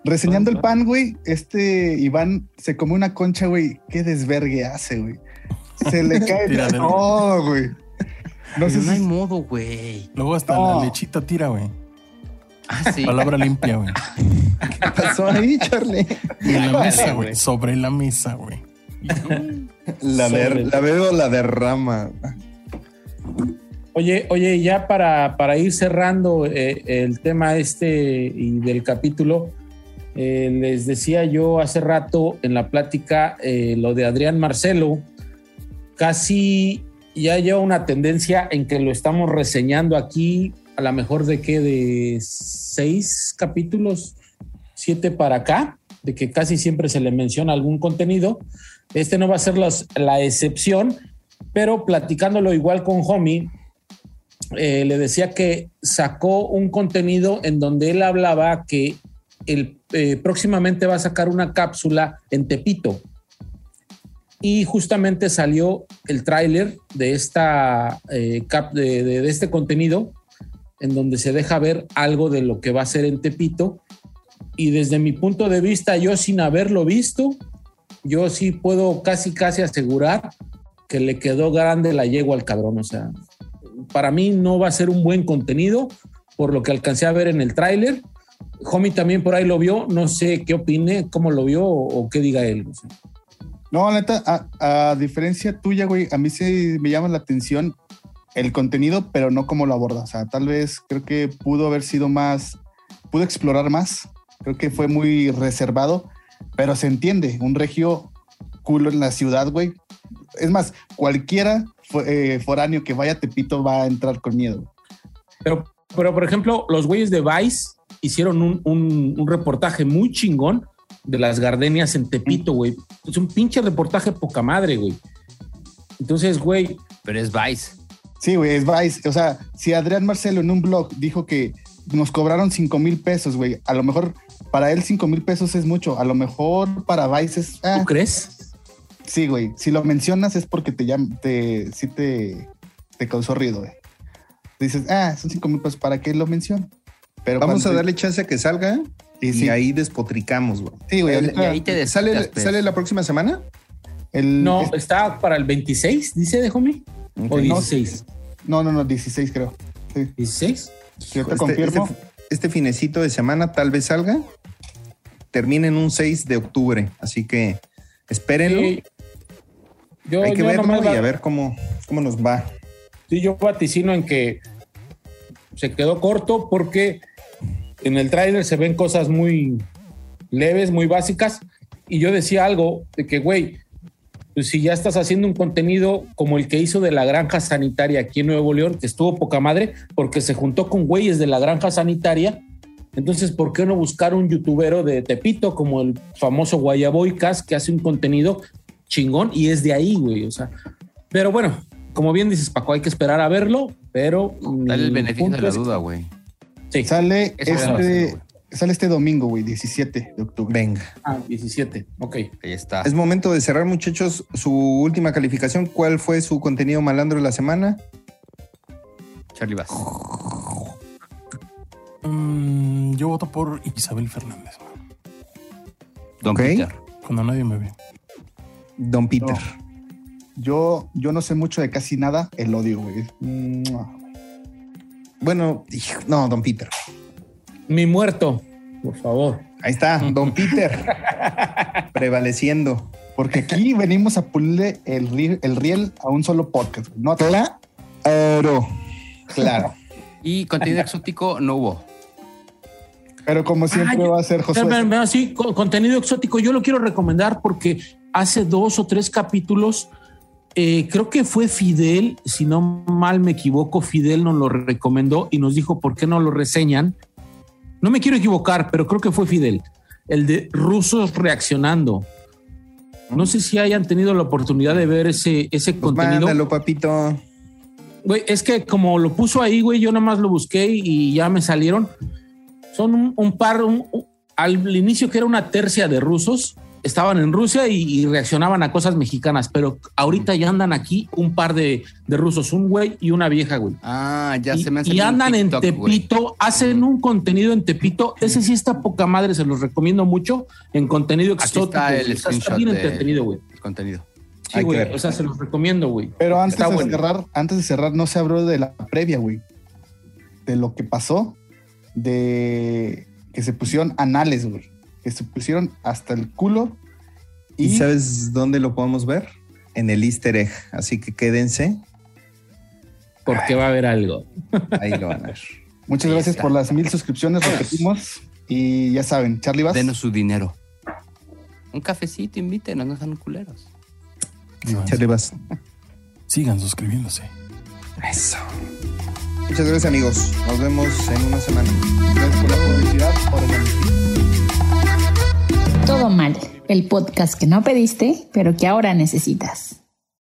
S6: Reseñando el pan, güey, este Iván se come una concha, güey. Qué desvergue hace, güey.
S2: <laughs>
S6: Se le cae <laughs>
S3: Tiradero.
S6: todo, güey. No
S4: Pues
S2: Pero
S6: sé
S2: No hay
S6: si...
S2: modo, güey.
S3: Luego hasta
S6: No.
S3: la lechita tira, güey.
S2: Ah, sí.
S3: Palabra limpia, <laughs> güey.
S6: ¿Qué pasó ahí, Charlie?
S3: En la mesa,
S2: güey.
S3: güey. Sobre la mesa, güey.
S5: La,
S4: Sobre
S5: der-
S4: el-
S5: la veo la derrama.
S4: Oye, oye, y ya para, para ir cerrando eh, el tema este y del capítulo, eh, les decía yo hace rato en la plática eh, lo de Adrián Marcelo, casi ya lleva una tendencia en que lo estamos reseñando aquí, a lo mejor de que de seis capítulos, siete para acá, de que casi siempre se le menciona algún contenido. Este no va a ser las- la excepción, pero platicándolo igual con Homie, eh, le decía que sacó un contenido en donde él hablaba que el, eh, próximamente va a sacar una cápsula en Tepito. Y justamente salió el tráiler de, esta, eh, cap- de, de- de este contenido, en donde se deja ver algo de lo que va a ser en Tepito. Y desde mi punto de vista, yo sin haberlo visto, yo sí puedo casi, casi asegurar que le quedó grande la yegua al cabrón. O sea, para mí no va a ser un buen contenido, por lo que alcancé a ver en el tráiler. Homie también por ahí lo vio, no sé qué opine, cómo lo vio o, o qué diga él. o sea.
S6: No, la neta, a, a diferencia tuya, güey, a mí sí me llama la atención el contenido, pero no cómo lo aborda. O sea, tal vez creo que pudo haber sido más, pudo explorar más. Creo que fue muy reservado, pero se entiende. Un regio culo en la ciudad, güey. Es más, cualquiera fo- eh, foráneo que vaya a Tepito va a entrar con miedo.
S4: Pero, pero, por ejemplo, los güeyes de Vice hicieron un, un- un reportaje muy chingón de las gardenias en Tepito, güey. Es un pinche reportaje poca madre, güey. Entonces, güey,
S2: Pero es Vice.
S6: Sí, güey, es Vice. O sea, si Adrián Marcelo en un blog dijo que nos cobraron 5 mil pesos, güey, a lo mejor para él 5 mil pesos es mucho, a lo mejor para Vice es... ah,
S4: ¿tú crees?
S6: sí, güey, si lo mencionas es porque te llam- te, sí te, te causó ruido, güey. Dices, ah, son 5 mil pesos, ¿para qué lo menciono? Pero
S5: Vamos a
S6: cuando-
S5: darle chance a que salga y,
S6: Y sí,
S5: ahí despotricamos, güey.
S6: sí, güey,
S5: El-
S2: Y
S6: ahorita
S2: ahí te desquitas,
S5: ¿Sale,
S2: pues.
S5: ¿Sale la próxima semana?
S6: el-
S4: No,
S6: es-
S4: está para el 26, dice de Homie. O
S5: Ok.
S4: 16.
S6: no, no, no, 16 creo. Sí,
S4: ¿16?
S6: sí, yo te
S5: Este-
S6: confirmo.
S5: Este, este finecito de semana tal vez salga termina en un 6 de octubre. Así que espérenlo.
S4: Sí. Yo,
S5: Hay que
S4: yo
S5: verlo
S4: nomás
S5: y
S4: va-
S5: a ver cómo, cómo nos va.
S4: Sí, yo vaticino en que se quedó corto porque en el tráiler se ven cosas muy leves, muy básicas. Y yo decía algo de que, güey, pues si ya estás haciendo un contenido como el que hizo de la granja sanitaria aquí en Nuevo León, que estuvo poca madre, porque se juntó con güeyes de la granja sanitaria. Entonces, ¿por qué no buscar un youtubero de Tepito como el famoso Guayaboycas que hace un contenido chingón y es de ahí, güey? O sea, pero bueno, como bien dices, Paco, hay que esperar a verlo, pero.
S2: Dale el
S4: mi
S2: beneficio
S4: punto
S2: de la
S4: es-
S2: duda, güey.
S4: Sí,
S6: Sale
S2: Eso ya lo sé,
S6: este,
S2: güey.
S6: sale este domingo, güey, 17 de octubre.
S5: Venga.
S4: ah, 17. Ok.
S2: Ahí está.
S5: Es momento de cerrar, muchachos. Su última calificación, ¿cuál fue su contenido malandro de la semana?
S2: Charlie Bass.
S3: Mm, yo voto por Isabel Fernández, güey,
S2: Don
S5: Ok.
S2: Peter.
S3: cuando nadie me ve.
S5: Don Peter.
S6: Yo, yo no sé mucho de casi nada, el odio, güey. Mua.
S5: Bueno, hijo, no, Don Peter.
S4: Mi muerto, por favor.
S5: Ahí está, Don Peter. prevaleciendo.
S6: Porque aquí <laughs> venimos a pulirle el, ri- el riel a un solo podcast. güey. No, a todos.
S5: Claro. Claro.
S2: Y contenido exótico no hubo.
S6: pero como siempre
S4: yo-
S6: va a ser
S5: Pues,
S6: José.
S4: Pero, pero, pero sí, co- contenido exótico. Yo lo quiero recomendar porque hace dos o tres capítulos, eh, creo que fue Fidel, si no mal me equivoco, Fidel nos lo recomendó y nos dijo por qué no lo reseñan. No me quiero equivocar, pero creo que fue Fidel, el de rusos reaccionando. No sé si hayan tenido la oportunidad de ver ese, ese
S5: Pues
S4: contenido.
S5: mándalo, papito.
S4: Güey, es que como lo puso ahí, güey, yo nada más lo busqué y, y ya me salieron. Son un, un par, un- un- al inicio que era una tercia de rusos, estaban en Rusia y, y reaccionaban a cosas mexicanas, pero ahorita ya andan aquí un par de, de rusos, un güey y una vieja, güey.
S2: Ah, ya
S4: y,
S2: se me han
S4: y
S2: salido un
S4: andan en
S2: TikTok, güey.
S4: Tepito, hacen un contenido en Tepito. Ese sí está poca madre, se los recomiendo mucho en contenido
S2: Aquí
S4: exótico.
S2: está el
S4: güey. Está- está
S2: screenshot
S4: bien
S2: de-
S4: entretenido, güey.
S2: El contenido.
S4: Sí,
S5: Hay que
S4: güey.
S5: ver.
S4: O sea, se los recomiendo, güey.
S6: Pero antes
S4: Está
S6: de
S4: bueno.
S6: cerrar, antes de cerrar, no se habló de la previa, güey. De lo que pasó, de que se pusieron anales, güey. Que se pusieron hasta el culo.
S5: ¿Y sabes dónde lo podemos ver? En el Easter egg. Así que quédense.
S4: Porque va a haber algo.
S5: Ahí lo van a ver.
S6: Muchas
S2: Ahí
S6: gracias
S2: está.
S6: por las mil suscripciones, repetimos. Y ya saben, Charlie Vaz.
S2: Denos su dinero. Un cafecito, invítenos, no sean culeros.
S5: Charlie vas.
S3: Sigan suscribiéndose.
S5: Eso. Muchas gracias, amigos. Nos vemos en una semana.
S6: Gracias por la publicidad, por el
S7: Todo mal, el podcast que no pediste, pero que ahora necesitas.